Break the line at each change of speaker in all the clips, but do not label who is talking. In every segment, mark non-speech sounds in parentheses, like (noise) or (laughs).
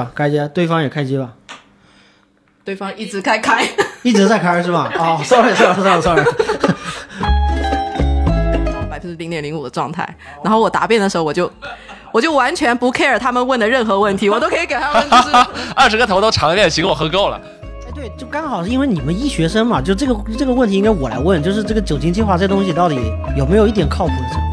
啊，该接，对方也开机吧，
对方一直开开，
一直在开是吧？啊、s o r r y sorry (laughs) sorry sorry，
百分之零点零五的状态。然后我答辩的时候，我就我就完全不 care 他们问的任何问题，我都可以给他们就是
(laughs) 二十个头都尝一遍，行，我喝够了。
哎对，就刚好是因为你们医学生嘛，就这个这个问题应该我来问，就是这个酒精计划这东西到底有没有一点靠谱的成分？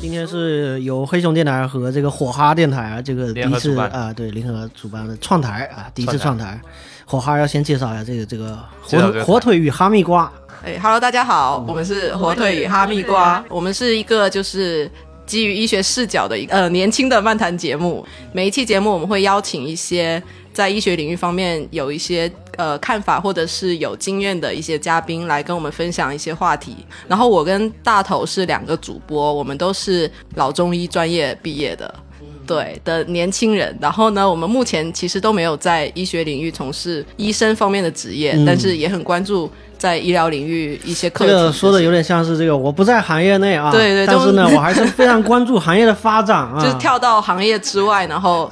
今天是由黑熊电台和这个火哈电台这个第
联
一
合
次
主办
啊、对联合主办的创台啊，第一次
创
创台。火哈要先介绍一下这个这个
介
火
绍
腿
这个
火腿与哈密瓜，
哎，Hello，大家好，我们是火腿与哈密瓜，我们是一个就是基于医学视角的一个呃年轻的漫谈节目。每一期节目我们会邀请一些在医学领域方面有一些呃看法或者是有经验的一些嘉宾来跟我们分享一些话题。然后我跟大头是两个主播，我们都是老中医专业毕业的。对的年轻人，然后呢，我们目前其实都没有在医学领域从事医生方面的职业，
嗯
但是也很关注在医疗领域一些课
这
题。
个说的有点像是这个我不在行业内啊，
对对
但是呢，
就是
我
(laughs)
还是非常关注行业的发展啊，
就是跳到行业之外，然后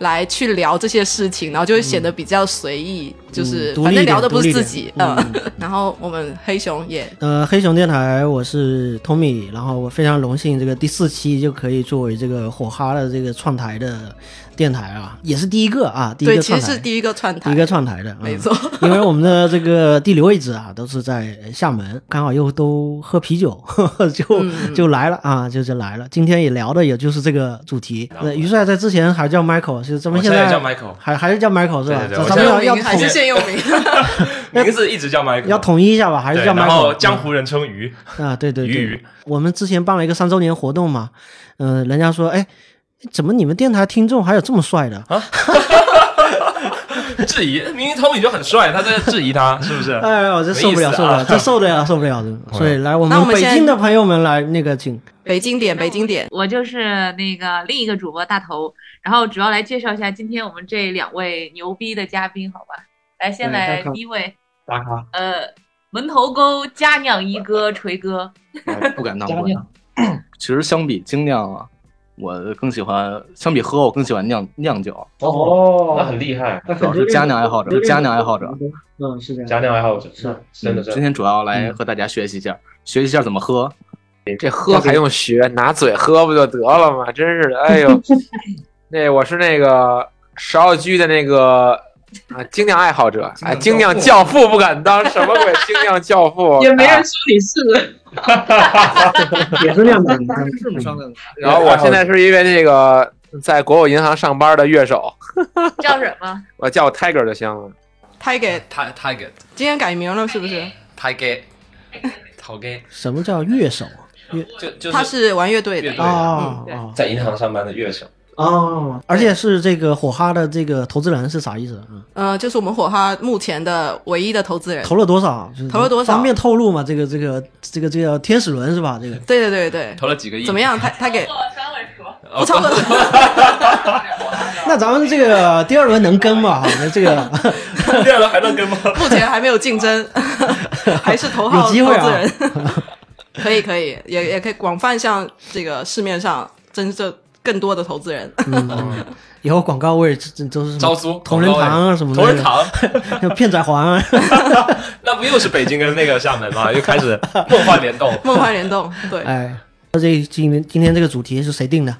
来去聊这些事情，然后就会显得比较随意，就是
嗯独立
反正
一点
聊的不
独立
是
一
自
点
己，
嗯
嗯。 (laughs) 然后我们黑熊也
呃，黑熊电台，我是 Tommy，然后我非常荣幸，这个第四期就可以作为这个火哈的这个创台的电台啊，也是第一个啊，第一
对，
个
其
创
实
台，
是第一个串
第
台
一，个创台的，嗯
没错。
因为我们的这个地理位置啊，都是在厦门，刚好又都喝啤酒， (laughs) 呵呵就、
嗯
就来了啊，就就来了。今天也聊的也就是这个主题。那于帅在之前还叫 Michael，是咱们
我现
在
在也叫 Michael
还还是叫 Michael 是吧？
对对对
(laughs)
我
咱们
现在
要要
名还是
统
现用名？ (laughs)
名字一直叫 Michael，
要统一一下吧，还是
对，
叫
然
Michael？
后江湖人称鱼，
啊，对对
鱼
对
鱼，
我们之前办了一个三周年活动嘛，嗯、人家说，哎，怎么你们电台听众还有这么帅的？
(laughs) 啊质疑，明明 Tommy 就很帅，他在质疑他是不是？
哎呦，这受不了，
没意
受
思啊
不了， (laughs) 这受得了，受不了的。所以来，我
那我
们
们
北
先
京的朋友们来那个请，
北京点，北京点。
我就是那个另一个主播大头，然后主要来介绍一下今天我们这两位牛逼的嘉宾，好吧？来，先
对
来
大咖
第一位，
大咖，
呃，门头沟佳酿一哥锤哥，
哎不
(laughs)
敢当，
加
不敢当。其实相比精酿啊，我更喜欢相比喝，我更喜欢酿酿酒，
哦，那很厉害，
主要是佳酿爱好者，佳酿爱好者。
嗯，是这样。
家酿爱好者
是
真的
嗯今
是。
天主要来和大家学习一下，学习一下怎么喝。
这喝还用学？拿嘴喝不就得了吗？真是的，哎
(laughs)
呦，那我是那个芍药居的那个啊精酿爱好者啊，精酿教父不敢当，什么鬼精酿教
(laughs)
父？啊
说你
(laughs)
是。
也是亮的。
(laughs) 然后我现在是一位那个在国有银行上班的乐手，
叫什么？ (laughs)
我叫我 Tiger 就行了。
Tiger
Tiger Tiger
今天改名了是不是？
Tiger Tiger，
什么叫乐手？啊
就就是
他是玩乐队
乐
的
队，
哦
对
哦
在银行上班的乐手，
哦，而且是这个火哈的这个投资人是啥意思？嗯，
呃，就是我们火花目前的唯一的投资人。
哎
投了多少？啊就是
投了多少
方便透露嘛？这个这个这个这个天使轮是吧？这个
对对对对，
投了几个亿，哦
怎么？样？他他
哦
给
三位数。
不超
(laughs)
过。
(laughs) 那咱们这个第二轮能跟吗？好，那这个。
第二轮还能跟吗？
目前还没有竞争， (laughs) 还是头号
有机会啊
投资人。 (laughs) 可以可以，也也可以广泛向这个市面上增设更多的投资人。 (laughs)
嗯， (laughs) 以后广告位这这都是什么
(laughs) 招
(laughs)
租
同仁堂啊什么的，
同仁堂，
像 (laughs) 骗仔
(laughs)
环啊，
那不又是北京跟那个厦门吗？又开始梦幻联
(laughs)
动。
梦幻联动，对，
哎，那这今天今天这个主题是谁定的？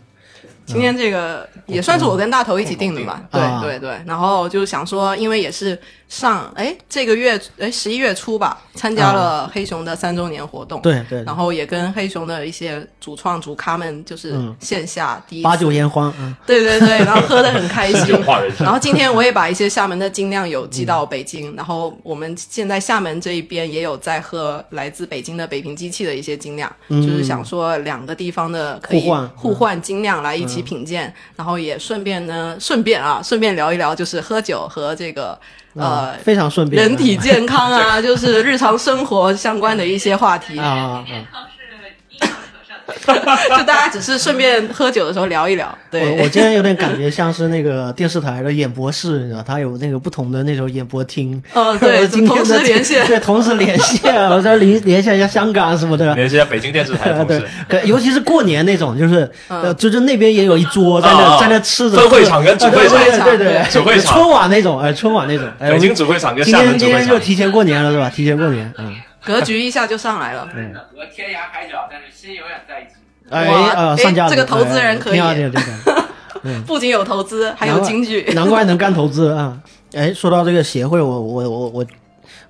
今天这个也算是我跟大头一起定的嘛，对
啊
对对。然后就想说，因为也是上哎这个月哎十一月初吧，参加
啊
了黑熊的三周年活动，
对对，
然后也跟黑熊的一些主创主咖们就是
嗯
线下第一次
八九言欢啊，
对对
(laughs)
对，然后喝得很开心
酒化人。生
然后今天我也把一些厦门的精酿有寄到北京，
嗯
然后我们现在厦门这一边也有在喝来自北京的北平机器的一些精酿，
嗯
就是想说两个地方的可以
互换
互换精酿来一起品鉴，然后也顺便
嗯
呢，顺便啊，顺便聊一聊就是喝酒和这个呃
啊。非常顺便，
人体健康
(laughs)
啊，就是日常生活相关的一些话题。
啊啊，啊
康是医疗扯上的。
(laughs) 就大家只是顺便喝酒的时候聊一聊。对，
我我今天有点感觉像是那个电视台的演播室，你知道，它有那个不同的那种演播厅。
哦
(laughs)
对
我今天的
同时连
(laughs)
线
对，同时连
(laughs)
线，我再连连线一下香港什么的。
联系一下北京电视台
呃，
的同 (laughs)
对
事。，
可尤其是过年那种，就是
嗯
呃，就就那边也有一桌在那
啊
在那吃着
分会场跟主会场
呃对对对对，
主会场
春晚那种，哎，春晚那种，哎，
北京
我
主会场跟
今
厦
天
门主
今
会
天就
场，
提前过年了，是吧？提前过年，嗯，
格局一下就上来了。
对，
和天涯海角，但是心永远在一起。
哎
哇
呃，
哎
上架哎
这个投资人可以
挺好挺好挺好。嗯
不仅有投资，还有京
(laughs)
剧。
难怪能干投资啊！哎，说到这个协会，我我我我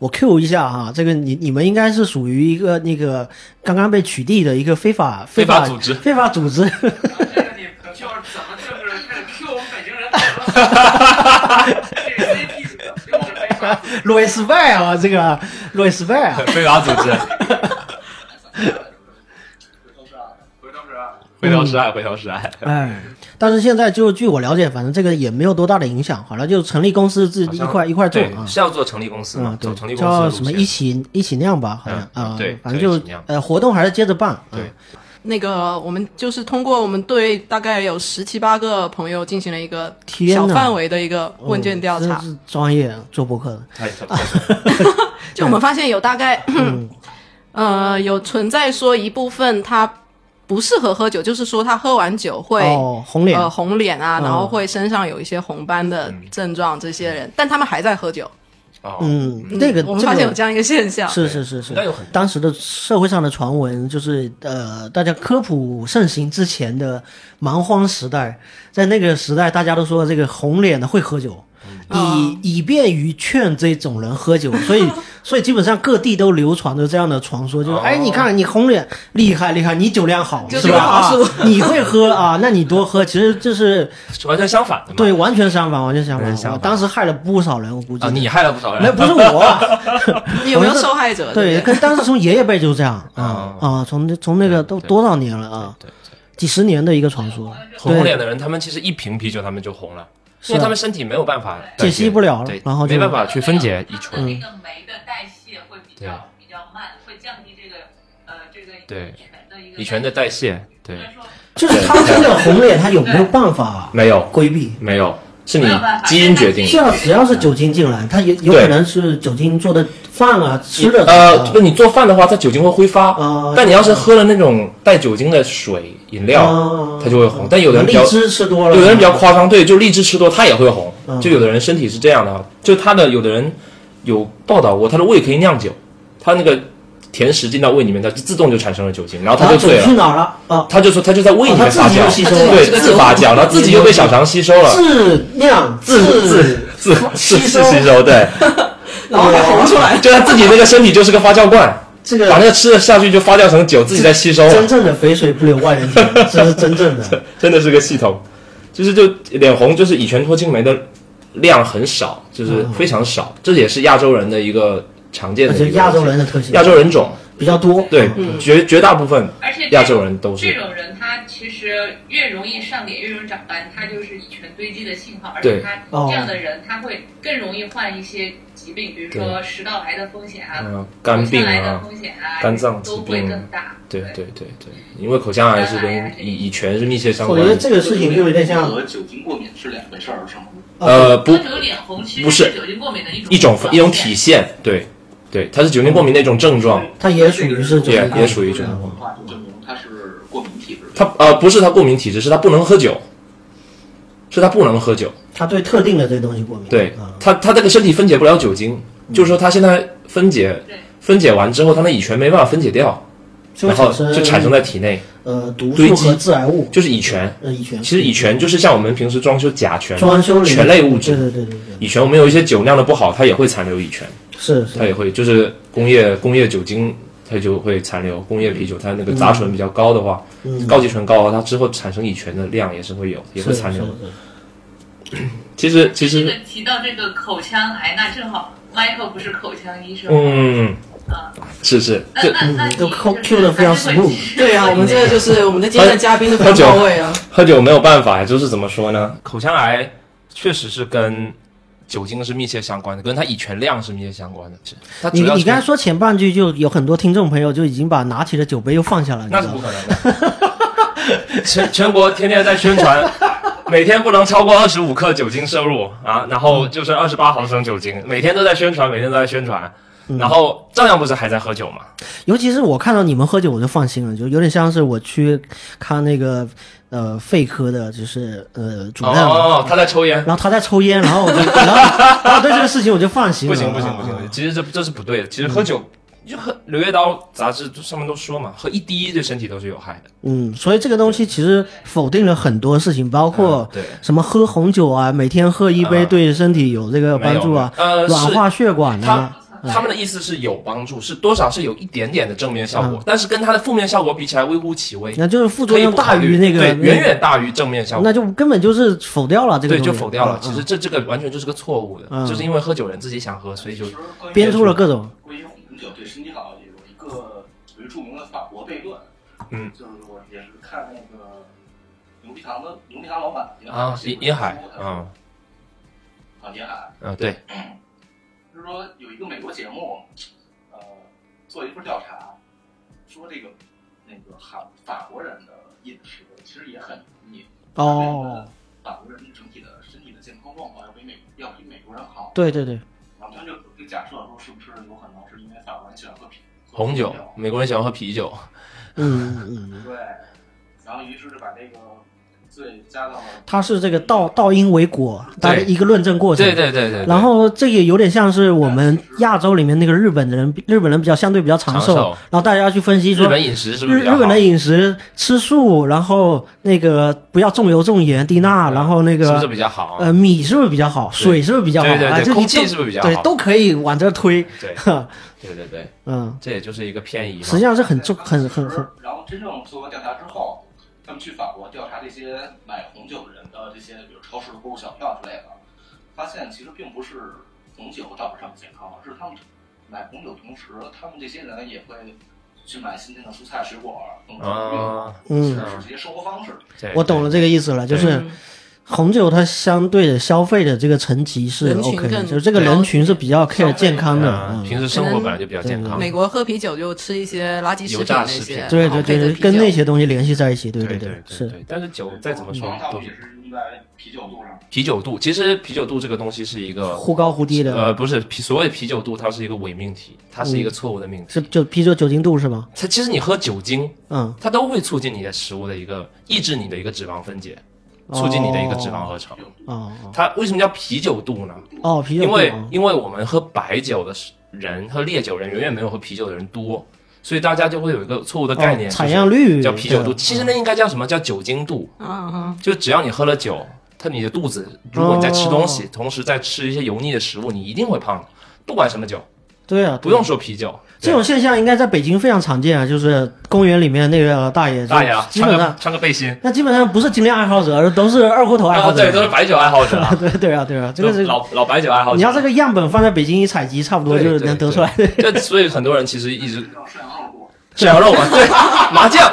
我 Q 一下啊哈，这个你你们应该是属于一个那个刚刚被取缔的一个非法非
法
法
组织
非法组 (laughs) 织，
这个你不就是怎么就是一直 Q 我们北京人怎么死？这是 CP 的，就是没法死。
路易斯拜啊，这个路易斯拜
(laughs)
啊，
非法组织，
回头是吧？
啊回头是岸，回头是岸。
哎，但是现在就据我了解，反正这个也没有多大的影响，好像就成立公司自己一块一块做
对
啊，。
是要做成立公司
嗯
嘛，，
对
走成立，公司的
叫
路
什么
线
一起一起酿吧，好像
嗯
啊，
对
反正
叫一
就
起酿
呃活动还是接着办，对
那个，我们就是通过我们对大概有十七八个朋友进行了一个
天
小
哪哦
范围的一个问卷调查，
嗯是专业做博客的，
哎走
啊
就我们发现有大概，
嗯
(coughs) 呃，有存在说一部分他不适合喝酒，就是说他喝完酒会、
哦，红脸
呃红脸啊，
嗯
然后会身上有一些红斑的症状，这些人，但他们还在喝酒。
哦
嗯，那个
我们发现有这
样。
样一个现象，
是是是是
啊应该有很，
当时的社会上的传闻就是，呃，大家科普盛行之前的蛮荒时代，在那个时代，大家都说这个红脸的会喝酒，
嗯啊
哦
以以便于劝这种人喝酒，所以 (laughs) 所以基本上各地都流传着这样的传说，
哦
就是、哎，你看你红脸厉害厉害，你酒量好
就是
吧？啊
话术，
你会喝啊，那你多喝，其实这是
完全相反的嘛。啊
对，完全相反，完全相
完
反。
全相
我
反
当时害了不少人，我估计
啊，你害了不少人。
没有不是我。啊
你有没有
我是
受害者？
对，
对不对，
跟当时从爷爷辈就是这
(laughs)
样
哦
啊啊，从从那个都多少年了啊，
对，对
几十年的一个传说，
红脸
对，
的人，他们其实一瓶啤酒他们就红了，
是啊
因为他们身体没有办法代谢
解析不了了
对，
然后就
没办法去分解乙
嗯
醇。
那个酶的代谢会比较比较慢，会降低这个呃这个
对
乙醛的一个
乙醛的代谢，对，
就是他真的红脸，他有没有办
(laughs)
法
没有，
规避？
没有，是你基因决定的。
只要只要是酒精进来，他有有
对
可能是酒精做的饭啊、吃的
呃，
啊
不，你做饭的话，它酒精会挥发
啊，
但你要是喝了那种带酒精的水饮料
啊，
它就会红。但有的人比
荔
较，
枝吃多了，
有的人比较夸张，对，就荔枝吃多，它也会红
嗯。
就有的人身体是这样的哈，就他的有的人有报道过，他的胃可以酿酒，他那个甜食进到胃里面，它就自动就产生了酒精，然后
然
他
后
就
啊酒
醉
去
了。
哪儿了啊？
他就说，他就在胃里
哦他
面
自
发
己
酵
又吸，收了
对，自发酵，然后自己又被小肠吸收了，
自酿
自
自
自自自
吸收
吸
(laughs)
收，对，
然后还红出来，
就他自己那个身体就是个发酵罐，
这
把那
个
个吃的下去就发酵成酒，自己再吸收了，
啊真正的肥水不流外人田，这是真正的。
(laughs) 真的是个系统。就是就脸红，就是乙醛脱氢酶的量很少，就是非常少，这也是亚洲人的一个常
嗯
见
而
的一
且
个问题。
亚洲人的特性，嗯
亚洲人种，
比较多，
对，绝绝大部分
而且这
亚洲人都
这
是
种人，他其实越容易上脸，越容易长斑，他就是乙醛堆积的信号。而
对
且他
哦
这样的人，他会更容易患一些疾病，比如说食道癌的风险啊，
嗯肝病
口腔癌的
啊，
风险啊，
肝脏疾
都
病
会更大。
对对对对，因为口腔癌是跟乙乙醛是密切相
我
关
觉得
的。
这个事情就有点像，
和酒精过敏是两回事儿，是吗？
呃，不
喝酒脸红其
不
实
是
酒精过敏的一种
一种
表
一种
现
体现，对对，它是酒精过敏的一种症状。
它也属于是酒
也
精过
也
敏
属于酒精
嗯
它是过敏体质。
他呃不是他过敏体质，是他不能喝酒，是他不能喝酒。
它对特定的这东西过敏。
对
啊，
他他这个身体分解不了酒精，
嗯
就是说他现在分解
对
分解完之后，他的乙醛没办法分解掉，
就
然后
产生
就产生在体内，
呃毒
堆
素
积
和致癌物，
就是乙醛。
呃乙醛。
其实乙醛就是像我们平时装修甲醛、
装修里面
醛类物质。
对对对对对，
乙醛我们有一些酒酿的不好，它也会残留乙醛，
是
它
是。
也会就是工业工业酒精。它就会残留工业啤酒，它那个杂醇比较高的话，
嗯
高级醇高，它之后产生乙醛的量也是会有，也会残留
是。是是
其实其
这
实
个提到这个口腔癌，那正好 Michael 不是口腔医生吗，
嗯，呃是是，
那
就
那那
嗯
你
都
就是
Q 得非常
还是会
smooth
对啊，我们这个就是我们的今天的嘉宾的
(laughs)
风到位啊，
喝酒没有办法，就是怎么说呢？口腔癌确实是跟酒精是密切相关的，跟它乙醛量是密切相关的。是它
你
主要
你
是
刚才说前半句，就有很多听众朋友就已经把拿起的酒杯又放下了，你
那
知
是
道
不
吗？
可能的。 (laughs) 全全国天天在宣传，每天不能超过二十五克酒精摄入啊，然后就是二十八毫升酒精，每天都在宣传，每天都在宣传，然后照样不是还在喝酒嘛？
尤其是我看到你们喝酒，我就放心了，就有点像是我去看那个呃肺科的，就是呃主
哦
任嘛，
哦，哦他在抽烟，
然后他在抽烟，然后我
(laughs)
就，然后然后对这个事情我就放心了。
不行不行
啊
不行，其实这这是不对的。其实喝酒，就喝《柳叶刀》杂志上面都说嘛，喝一滴对身体都是有害的。
嗯，所以这个东西其实否定了很多事情，包括
嗯对
什么喝红酒啊，每天喝一杯
嗯
对身体有这个帮助啊，
没有呃
软
是
化血管
他
啊。
他们的意思是有帮助，是多少是有一点点的正面效果，但是跟它的负面效果比起来微乎其微，
嗯那就是副作
可以
用
不考
大于
虑
那个，
对，
那
远远大于正面效
那
果。
就根本就是否掉了这个
对，
东西，
就否掉了。
嗯
其实这这个完全就是个错误的，
嗯
就是因为喝酒人自己想喝，所以就
嗯编出了各种，
关于红酒对身体好有一个有一著名的法国悖论，
嗯，
就是我也是看那个牛皮糖的牛皮糖老板
啊，银银海，嗯
啊银海，
嗯，对，
就是说有一个美国节目，呃，做一份调查，说这个那个法法国人的饮食其实也很腻，
哦，
法国人整体的身体的健康状况要比美要比美国人好。
对对对，
然后他就有一个假设说，是不是有可能是因为法国人喜欢喝啤喝
红酒
啤，
美国人喜欢喝啤酒，
嗯嗯嗯，
对，然后于是就把这个罪加到了
它是这个倒倒因为果，它的
对
一个论证过程，
对对对对。
然后这也有点像是我们亚洲里面那个日本人，日本人比较相对比较长寿，
长寿
然后大家要去分析
对
说
日本饮食是不
日
是比较
日
好
本的饮食吃素，然后那个不要重油重盐低钠，然后那
是不是
个
比较好？
呃米是不是比较好，水是不是比较好
对对
啊？
对
这
空气
都
是不是比较
对
好
都可以往这推，
对对对对，
(laughs) 嗯，
这也就是一个偏移嘛
实际。上是很重很很很，
然后真正做完调查之后，他们去法国调查这些买红酒的人的这些，比如超市的购物小票之类的，发现其实并不是红酒导致他们健康，而是他们买红酒同时，他们这些人也会去买新鲜的蔬菜水果，更多的运动，
啊，
嗯
其实是这些生活方式。
对
我懂了。这个意思了，就是
嗯
红酒它相对的消费的这个层级是
人群
OK 的，
更
就是这个人群是比较 care 健康的，嗯
嗯平时生活本来就比较健康。
美国喝啤酒就吃一些垃圾食
油
品
炸
那
食品
些，
对
然
对
后配
对，
着啤
跟
酒
那些东西联系在一起，对
对
对，
对
是，
对，但是酒再怎么说
他
都
们也
是
是因为啤酒肚上，
啤酒肚。其实啤酒肚这个东西是一个
忽高忽低的，嗯
呃，不是啤所谓啤酒肚，它是一个伪命题，它是一个错误的命题。
是就啤酒酒精度是吗？
它其实你喝酒精，
嗯，
它都会促进你的食物的一个抑制你的一个脂肪分解，促进你的一个脂肪合成。
哦哦
它为什么叫啤酒肚呢？
哦，啤酒
因
肚
为
哦
因为我们喝白酒的人喝烈酒人远远没有喝啤酒的人多，所以大家就会有一个错误的概念，
哦
就是
采样率
叫啤酒肚。
对啊
其实那应该叫什么叫酒精度？
嗯嗯，
就只要你喝了酒，它你的肚子，如果你在吃东西，
哦
同时在吃一些油腻的食物，你一定会胖的，不管什么酒，
对啊，
不用说啤酒，
这种现象应该在北京非常常见啊，就是公园里面那个大爷，
对大爷啊，
基
穿
本上
个穿个背心，
那基本上不是精酿爱好者，都是二锅头爱
啊，
好者，
对，都是白酒爱
(laughs)
好者啊，
对对啊对啊，这个
都
是
老老白酒爱好者。
你要这个样本放在北京一采集，差不多
对
就是
对
能得
对
出来
(laughs)
的。
这所以很多人其实一直
让涮羊肉肚。
涮羊肉嘛，对，
(laughs)
麻酱，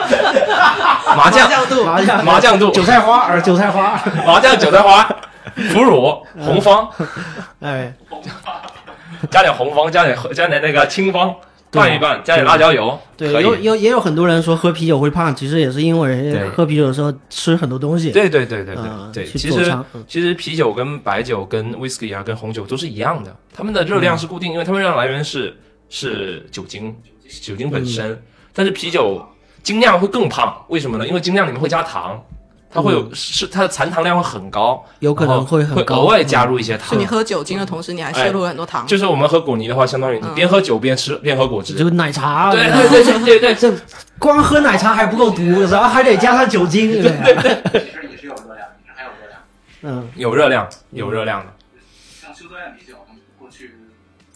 麻酱，
啊麻酱
麻酱
(laughs)
肚，
韭菜花儿，韭菜花 (laughs) 儿，
麻酱啊韭菜花，腐乳、红方，
哎，
加点红方，加点加点那个青方，拌一拌，加点辣椒油，
啊对，
可
有
以。
有也有很多人说喝啤酒会胖，其实也是因为
对
喝啤酒的时候吃很多东西。
对对对对对
嗯
对，
去
其
佐
实
餐嗯
其实啤酒跟白酒、跟 whisky 啊、跟红酒都是一样的，它们的热量是固定，因为它们热量来源是是酒精，酒
嗯
精本身。但是啤酒精酿会更胖，为什么呢？因为精酿里面会加糖，它会有是它的残糖量会很高，
嗯有可能
然后
会
会
很高嗯
额外加入一些糖
是。你喝酒精的同时，你还摄入了很多糖，
就是我们喝果泥的话，相当于你
嗯
边喝酒边吃，边喝果汁
这。个奶茶，啊
对
吧
对对对对
(laughs)
对，
这光喝奶茶还不够毒，然后还得加上酒精，对不对？
其实也是有热量，也是还有热量。
嗯，
(laughs) 有热量，有热量的。
像修道院啤酒，他们过去有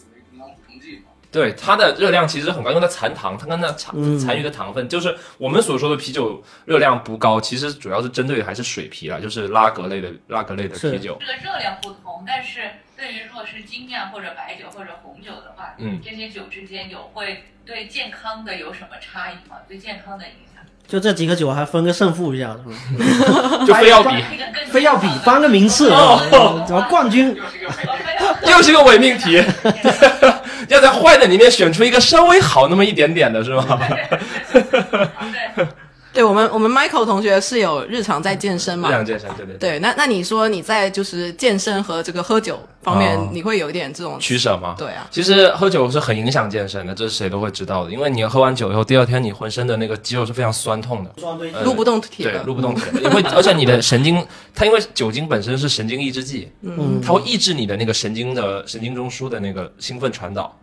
一个营养补充剂嘛，
对，它的热量其实很高，因为它残糖，它跟那残
嗯
残余的糖分，就是我们所说的啤酒热量不高，其实主要是针对的还是水啤啦，就是拉格类的拉格类的
是
啤酒。
(laughs) 这个热量不同，但是对于如果是精酿或者白酒或者红酒的话，
嗯
这些酒之间有会对健康的有什么差异吗？对健康的影响？
就这几个酒还分个胜负一下，是吧？
就非要比
这个更
非要比颁个名次，是吧
哦
怎么冠军？
又是一个
我非
又是个伪命题，要在坏的里面选出一个稍微好那么一点点的，是吗？
对我们，我们 Michael 同学是有日常在健身嘛
这？两件事，对对嗯对，
对，那那你说你在就是健身和这个喝酒方面
哦，
你会有一点这种
取舍吗？
对啊，
其实喝酒是很影响健身的，这是谁都会知道的，因为你喝完酒以后，第二天你浑身的那个肌肉是非常酸痛的，呃
撸不动铁
对，
的，
撸不动铁的，你会，而且你的神经，它因为酒精本身是神经抑制剂，
嗯，
它会抑制你的那个神经的神经中枢的那个兴奋传导，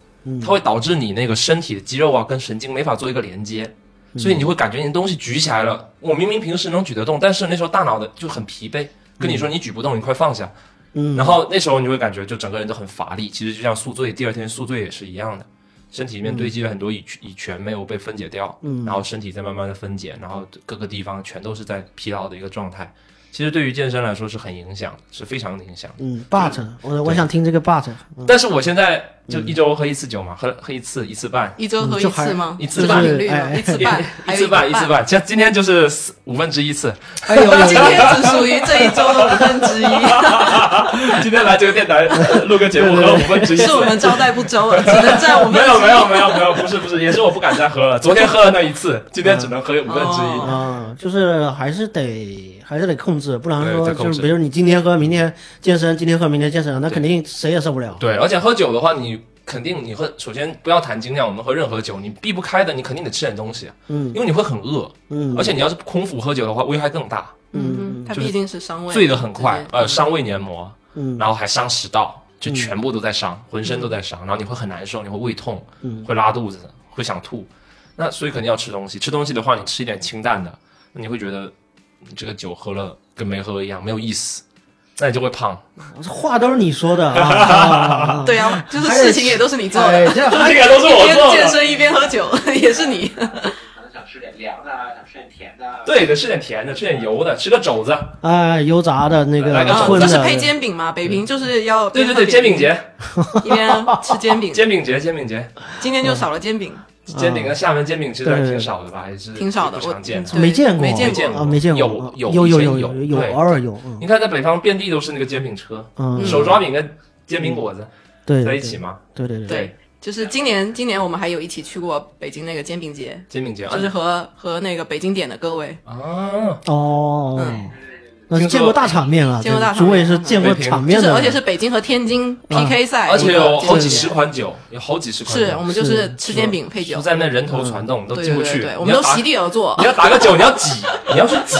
它会导致你那个身体的肌肉啊跟神经没法做一个连接，
嗯
所以你就会感觉你的东西举起来了。我明明平时能举得动，但是那时候大脑的就很疲惫，跟你说你举不动，你快放下。
嗯
然后那时候你会感觉就整个人都很乏力，其实就像宿醉，第二天宿醉也是一样的。身体里面堆积了很多乙醛乙醛没有被分解掉，
嗯
然后身体在慢慢的分解，然后各个地方全都是在疲劳的一个状态。其实对于健身来说是很影响的，是非常影响的。
嗯，but 我我想听这个 but，嗯
但是我现在就一周喝一次酒嘛，喝喝一次，一次半，
一周喝一次吗？
一次半
这是频率
嗯
吗？
哎
一次
一
半，还
一
有
次半，一次
半。
半。像今天就是四五分之一次， (laughs)
哎呦，
今天只属于这一周的五分之一，
今天来这个电台呃录个节目，喝了五分之一次
是。我们招待不周了，只能在我们
没有没有没有没有，不是不是，也是我不敢再喝了。昨天喝了那一次，今天只能喝五分之
哦
一。
啊，就是还是得还是得控制，不然
对
说
得控
就
制
是比如你今天喝，明天健身，今天喝，明天健身，那肯定谁也受不了。
对，而且喝酒的话，你肯定你喝，首先不要谈精酿，我们喝任何酒，你避不开的，你肯定得吃点东西，
嗯
因为你会很饿，
嗯，
而且你要是空腹喝酒的话，危害更大，
嗯
它毕竟是伤胃，
醉得很快，
对
呃，伤胃黏膜。
嗯
然后还伤食道，就全部都在伤，浑身都在伤，然后你会很难受，你会胃痛，
嗯
会拉肚子，会想吐。那所以肯定要吃东西，吃东西的话，你吃一点清淡的，那你会觉得你这个酒喝了跟没喝一样，没有意思，那你就会胖。
话都是你说的啊啊，
(laughs)
啊
对啊，就是事情也都是你做
哎这
的，
这个都是
一
我
边
做
健
的。
身一边喝酒也是你。
可能想吃点凉的啊，想吃点甜的啊。
对的，吃点甜的，吃点油的，吃个肘子。
哎油炸的那个
来个
然后
荤
这是
的
配煎饼嘛？北平就是要
哎对
边
对
喝
对，煎饼，节，
一边吃煎饼。
(laughs) 煎饼节，煎饼节，
今天就少了煎饼，
煎
啊
饼跟厦门煎饼其实还挺少的吧，还是
挺少的
不常见
我
的
对。
没见过，
没见
过
啊，没见
有
过，
有
有
以
有
前
有
有
有
对
偶尔有，嗯
你看，在北方遍地都是那个煎饼车，
嗯，
手抓饼跟煎饼果子
对
在一起，嘛。
对对对对，
对，就是今年今年我们还有一起去过北京那个煎饼节，
煎饼节，
就是和和那个北京点的各位
啊，
哦
嗯，
那是见过大场面啊，
见过大场
主
面
委是见过场面
就
的
是
人，
而且是北京和天津 PK 赛，
而且有好几
一个
十款酒，有好几十款酒。
是我们就是吃煎饼配酒
就，在那人头攒动，都
对
进
对
不
对
去。
对，
你
我们都
要打
席地而坐
(laughs) 你。要打个酒，你要挤，你要去挤，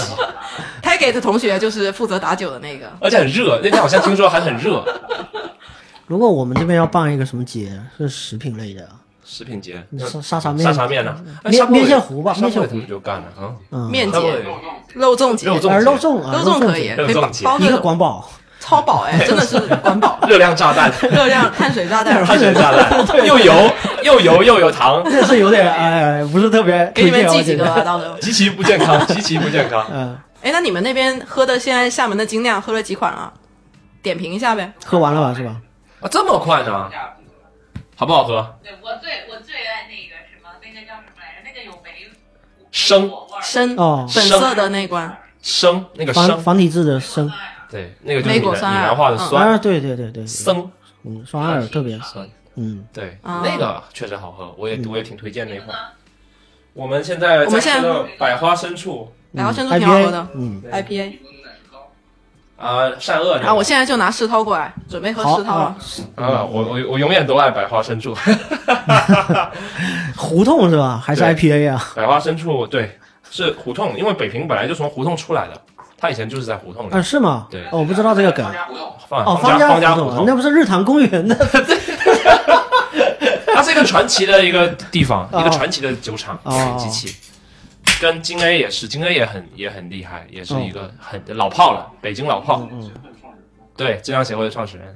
t a g e t 同学就是负责打酒的那个，
而且很热。那天好像听说还很热。
如果我们这边要办一个什么节，是食品类的，啊
食品节，
沙沙茶面嗯
沙茶面呢？哎
面
沙坡尾
面线糊吧
沙坡
面线
尾
糊
他们就干了啊。
嗯，
面
沙坡
节
尾、
肉粽节、
肉粽
呃肉粽啊，
肉
粽
粽可以，可以
肉
包
粽节
包
一
那
个
种
管饱，
超饱哎，真的是管饱，
啊热量炸
(laughs)
弹，
热量、碳水炸弹，
碳水炸弹，又油又油又有糖，
这是有点哎，不是特别
(laughs) 给你们
推荐我
寄几
觉
个
得
吧，到时候。
极其不健康，极其不健康。
(laughs) 嗯，
哎，那你们那边喝的现在厦门的精酿喝了几款啊？点评一下呗。
喝完了吧，是吧？
啊，这么快呢？好不好喝？
(laughs) 对我最我最爱那个什么，那个叫什么来着？那个有梅
生
果味儿
深
哦
粉色的那罐，
生那个
繁
生，
繁体字的生，
对，那个就是
梅
闽
果
南
酸
闽
二
南话的
嗯
酸
啊，对对对对，
生。
嗯，双耳特别，
酸
嗯，
对，
啊
那个确实好喝，我也我也挺推荐那
那个
款。
呢？
我们现在
我们现在
在百花深处
然后珍珠挺好喝
IPA，
的
嗯，
IPA。
啊，善恶
啊，我现在就拿世涛过来，准备喝
好
世涛了
啊。，
啊，我我我永远都爱百花深处， (laughs)
啊胡同是吧？还是
对
IPA 啊？
百花深处对是胡同，因为北平本来就从胡同出来的，他以前就是在胡同
啊，
里
是吗？
对
哦，我不知道这个梗。
放
哦，
方方家
胡
胡
同啊，那
同，
不是日坛公园
(laughs)
的？
它是一个传奇的一个地方，
哦
一个传奇的酒厂
哦
机器。跟金 A 也是，金 A 也很也很厉害，也是一个很老炮了，北京老炮。
嗯
嗯
对，浙江协会的创始人，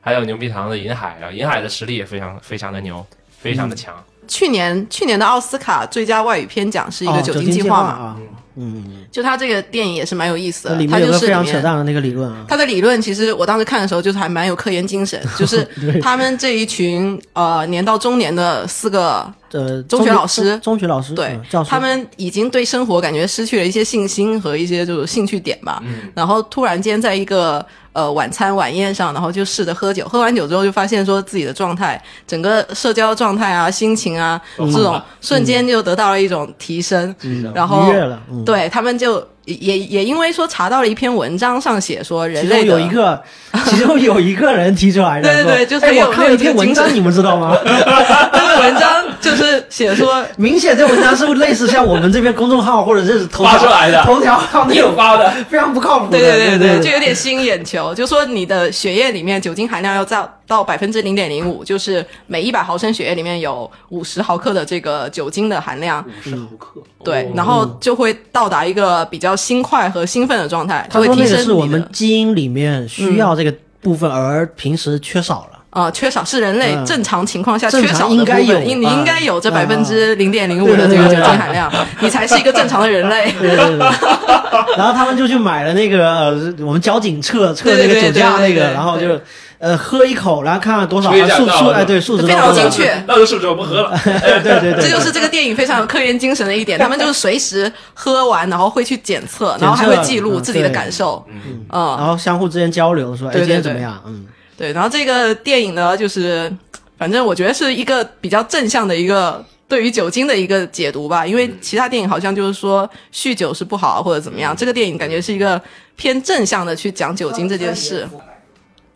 还有牛皮糖的银海啊，银海的实力也非常非常的牛，非
嗯
常的强。嗯
去年去年的奥斯卡最佳外语片奖是一
哦
个
酒
精
计
计划嘛，
啊，嗯，
就它这个电影也是蛮有意思
那
的，
里
它
面有
就
个非
是里
常扯
面。
淡的那个理论啊，
他的理论其实我当时看的时候就是还
(laughs)
蛮有科研精神，就是他们这一群呃年到中年的四个
呃
中学老师
中学老师
对
嗯教，师
他们已经对生活感觉失去了一些信心和一些就是兴趣点吧。
嗯，
然后突然间在一个呃晚餐晚宴上，然后就试着喝酒，喝完酒之后就发现说自己的状态，整个社交状态啊、心情啊，这种
嗯
瞬间就得到了一种提升。然后
愉悦了，嗯、。
对他们就也也因为说查到了一篇文章上写说人
其
类
中
的
有一个， (laughs) 其中有一个人提出来的，
对对
说
对就是
哎
有
我看了一篇文
那
章，
个
你们知道
(laughs)
吗？
那 (laughs) 个文章就是
(laughs)
写说
明显这文章是不是类似像我们这边公众号或者这是头
发
条
出来的
头条号那
(laughs)
你
种
有发的，
非常不靠谱的，
对
对
对对就
对，
有点吸引眼球。就说你的血液里面酒精含量要到到百分之零点零五，就是每一百毫升血液里面有五十毫克的这个酒精的含量。
是毫克，
对，
哦
然后就会到达一个比较心快和兴奋的状态，就
他
会
说
提
那
升
个
你
是
的嗯
我们基因里面需要这个部分，而平时缺少了。 (laughs)
啊、缺少是人类
嗯
正常情况下
正
缺
常
少的
应
部
该
分，
有嗯
应你应该有这
啊
百分之零点零五的这个酒精含量，你才是一个正常的人类。
对对对，然后他们就去买了那个呃，我们交警测测那
对
个
对
酒
对
驾
对
那个，
对
然后就
对
呃喝一口，然后看看多少
所以讲
数
到
数
了
哎对数值
非
到
常
多少
精确
(laughs) 那就不是我不喝了，
(laughs) 对对对对，
这就是这个电影非常有科研精神的一点，他们就是随时喝完，然后会去检测，然后还会记录自己的感受。
嗯，
然
嗯，
后相互之间交流说哎
对
今
对
天怎么
对
样嗯。
对。然后这个电影呢，就是反正我觉得是一个比较正向的一个对于酒精的一个解读吧，因为
嗯
其他电影好像就是说酗酒是不好啊或者怎么样，这个电影感觉是一个偏正向的去讲酒精这件事。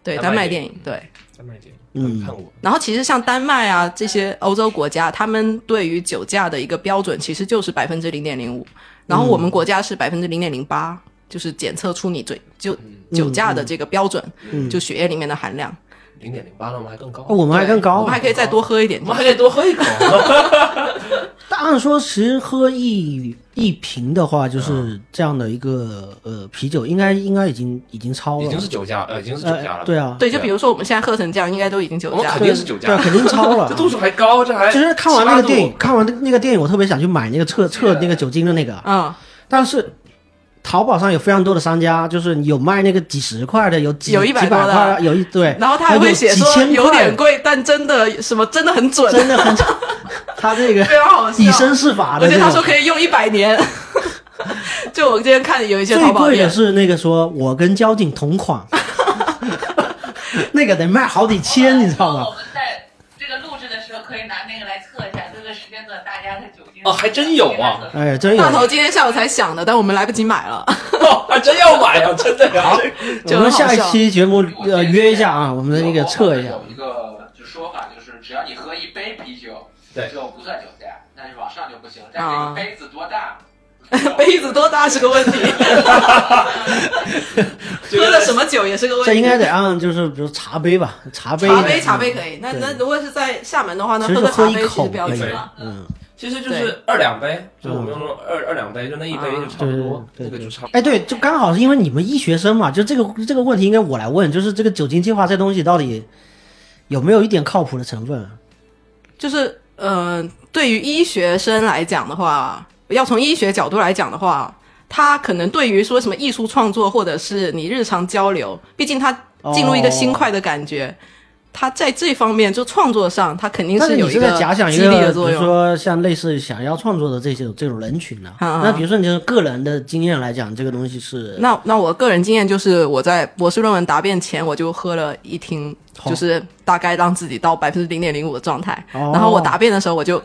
对，丹
丹
麦
麦
电
电
影对。
再慢一点，
嗯
看我，
然后其实像丹麦啊这些欧洲国家，他们对于酒驾的一个标准其实就是百分之零点零五，然后我
嗯
们国家是百分之零点零八，就是检测出你醉酒
嗯
酒驾的这个标准，
嗯
就血液里面的含量。
零点零八了，我们还更高，
哦我们还
对
更高，
我们还可以再多喝一点
哦
我。们还得多喝一口，
但按说，其实喝一一瓶的话，就是这样的一个呃啤酒，应该应该已经已经超了，
已经是酒驾，呃，已经是酒驾
呃
了，
对啊，
对，就比如说我们现在喝成这样，应该都已经酒
我们
驾
肯
了。
定是酒驾
对啊，，肯定超了
(laughs) 这。
(laughs)
度数还高，这还
就是看完那个电
7-8
影，
度啊
看完那那个电影，我特别想去买那个测测那个酒精的那个，
嗯，
但是淘宝上有非常多的商家，就是有卖那个几十块的，有几
有
几
一百
百
多的
块啊的，有一对，
然后他还会写
有几
说
千块
有点贵，但真的什么真的很准，
真的很， (laughs) 他这
(laughs)
个
非常好笑。
以身试法的
而
这
且
种，
他说可以用一百年。 (laughs) 就我今天看有一些
最
淘宝
贵
店
的，是那个说我跟交警同款，那个得卖好几千，你知道
我
吗？
们在这个录制的时候可以拿那个来测一下各个时间段大家的酒精。
哦还真有啊！
哎，真有
大。头今天下午才想的，但我们来不及买
(laughs)
了。
(laughs) 哦还真要买啊，真的呀，这
我们下一期节目呃约一下啊，我们那个测一下。
有一个就说法，就是只要你喝一杯啤酒，
对
就不算酒驾，但是往上就不行。但是
啊
这个杯子多
(laughs)
大？
杯子多大是个问题，
这
喝
个
了什么酒也是个问
这
题。
应该得按就是比如茶杯吧，茶杯。
茶杯茶杯可以。那
对
那如果是在厦门的话，那
其实
喝
就
个茶
喝一口
杯其实比较
可以
紧。。
嗯，
其实就
对
是二两杯，就我们用那种二二两杯，就那一杯就差不多
啊，嗯对对对
这个就差不多。
哎，对，就刚好是因为你们医学生嘛，就这个这个问题应该我来问，就是这个酒精计划这东西到底有没有一点靠谱的成分啊？
就是呃，对于医学生来讲的话，要从医学角度来讲的话，他可能对于说什么艺术创作或者是你日常交流，毕竟他进入一个
哦
新快的感觉。他在这方面就创作上，他肯定
但是
有
你
一
是
个
在假想一
激
个，
励的
比
作
如
用。
说像类似想要创作的这种这种人群呢、
啊啊
那比如说你就是个人的经验来讲，这个东西是
那那我个人经验就是，我在博士论文答辩前，我就喝了一听，
好
就是大概让自己到百分之零点零五的状态。
哦
然后我答辩的时候，我就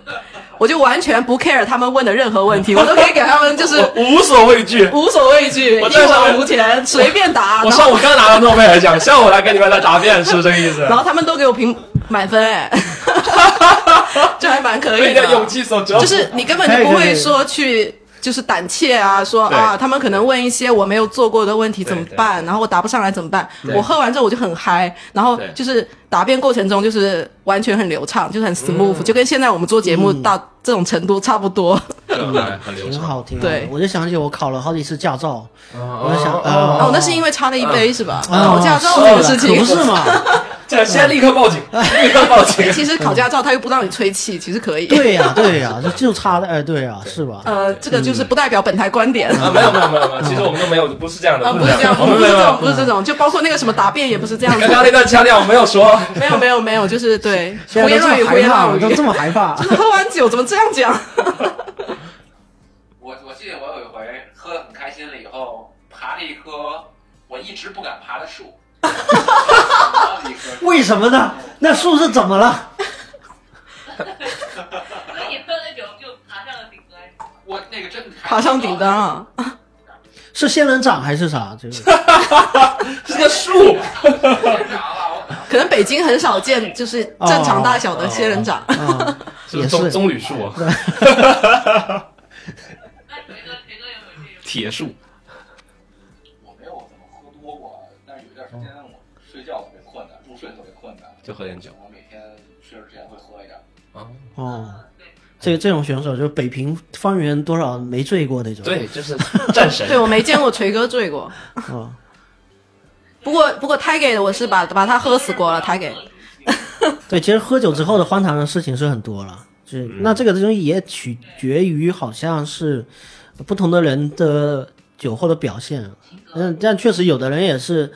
我就完全不 care 他们问的任何问题，我都可以给他们就是
我无所畏惧，
无所畏惧，一
我在上面
往无前，随便答。
我
然后
上午刚拿到诺贝尔奖，下午来跟你们来答辩，是不是这个意思？
然后他们都给我评满分，哎，这还蛮可
(laughs) 被
以
你
的啊
的。勇气所折
(laughs)
服，
就是你根本就不会说去。就是胆怯啊，说
对
啊，他们可能问一些我没有做过的问题怎么办，然后我答不上来怎么办？我喝完之后我就很嗨，然后
对
就是答辩过程中就是完全很流畅，就是很 smooth，、就
嗯
跟现在我们做节目到这种程度差不多。
这还很流
挺
畅。
好挺好。
对
我就想起我考了好几次驾照，
我
我就想
哦，
哦
哦，，
那是因为差了一杯、是吧？
啊
考驾照
是
这
的可不
种事情
是
(laughs)
嘛？
这样先立刻报警，
哎
立刻报警。
其实考驾照他又不让你吹气，其实可以。
对呀、对呀、就就差的哎，对呀、是吧？
呃，这个就是不代表本台观点。
(laughs) 啊，没有没有没有没有，其实我们都没有，不是这样的，
啊， (laughs) 不是这样，
(laughs) 我
不
们
是
没
这
有没
种，
有。嗯
不是这种，就包括那个什么答辩也不是这样子
刚。刚那段腔调我没有说，
没有没有没有，就是对胡
现在
言
都这
乱语，
么
胡
害
言
怕
乱
了，
语。 (laughs)
都这么害怕。
喝完酒酒怎么这样讲？
我我记得我有一回喝的很开心了，以后爬了一棵我一直不敢爬的
(laughs)
树，爬了一棵树，
为什么呢？那树是怎么了？
所以喝了酒就爬上了顶端。
我那个真的
爬上顶端啊！
是仙人掌还是啥？这个
(laughs)
是个树，
可能北京很少见，就是正常大小的仙人掌。
啊，
(laughs) 是
也
棕
是
棕榈树啊，
那锤哥，锤哥有没有这种？
(laughs) 铁树。
我没有怎么喝多过，但是有一段时间
嗯
我睡觉特别困难，入睡特别困难，
就喝点酒
我每天睡着之前会喝一点。
啊。
哦。
对，
这这种选手就是北平方圆多少没醉过那种。
对， (laughs) 就是战神。
对，我没见过锤哥醉过。
哦，
不过不过 t i g e 的我是把把他喝死过了 t i g e
对，其实喝酒之后的荒唐的事情是很多了。是，
嗯
那这个东西也取决于好像是不同的人的酒后的表现。嗯，但确实有的人也是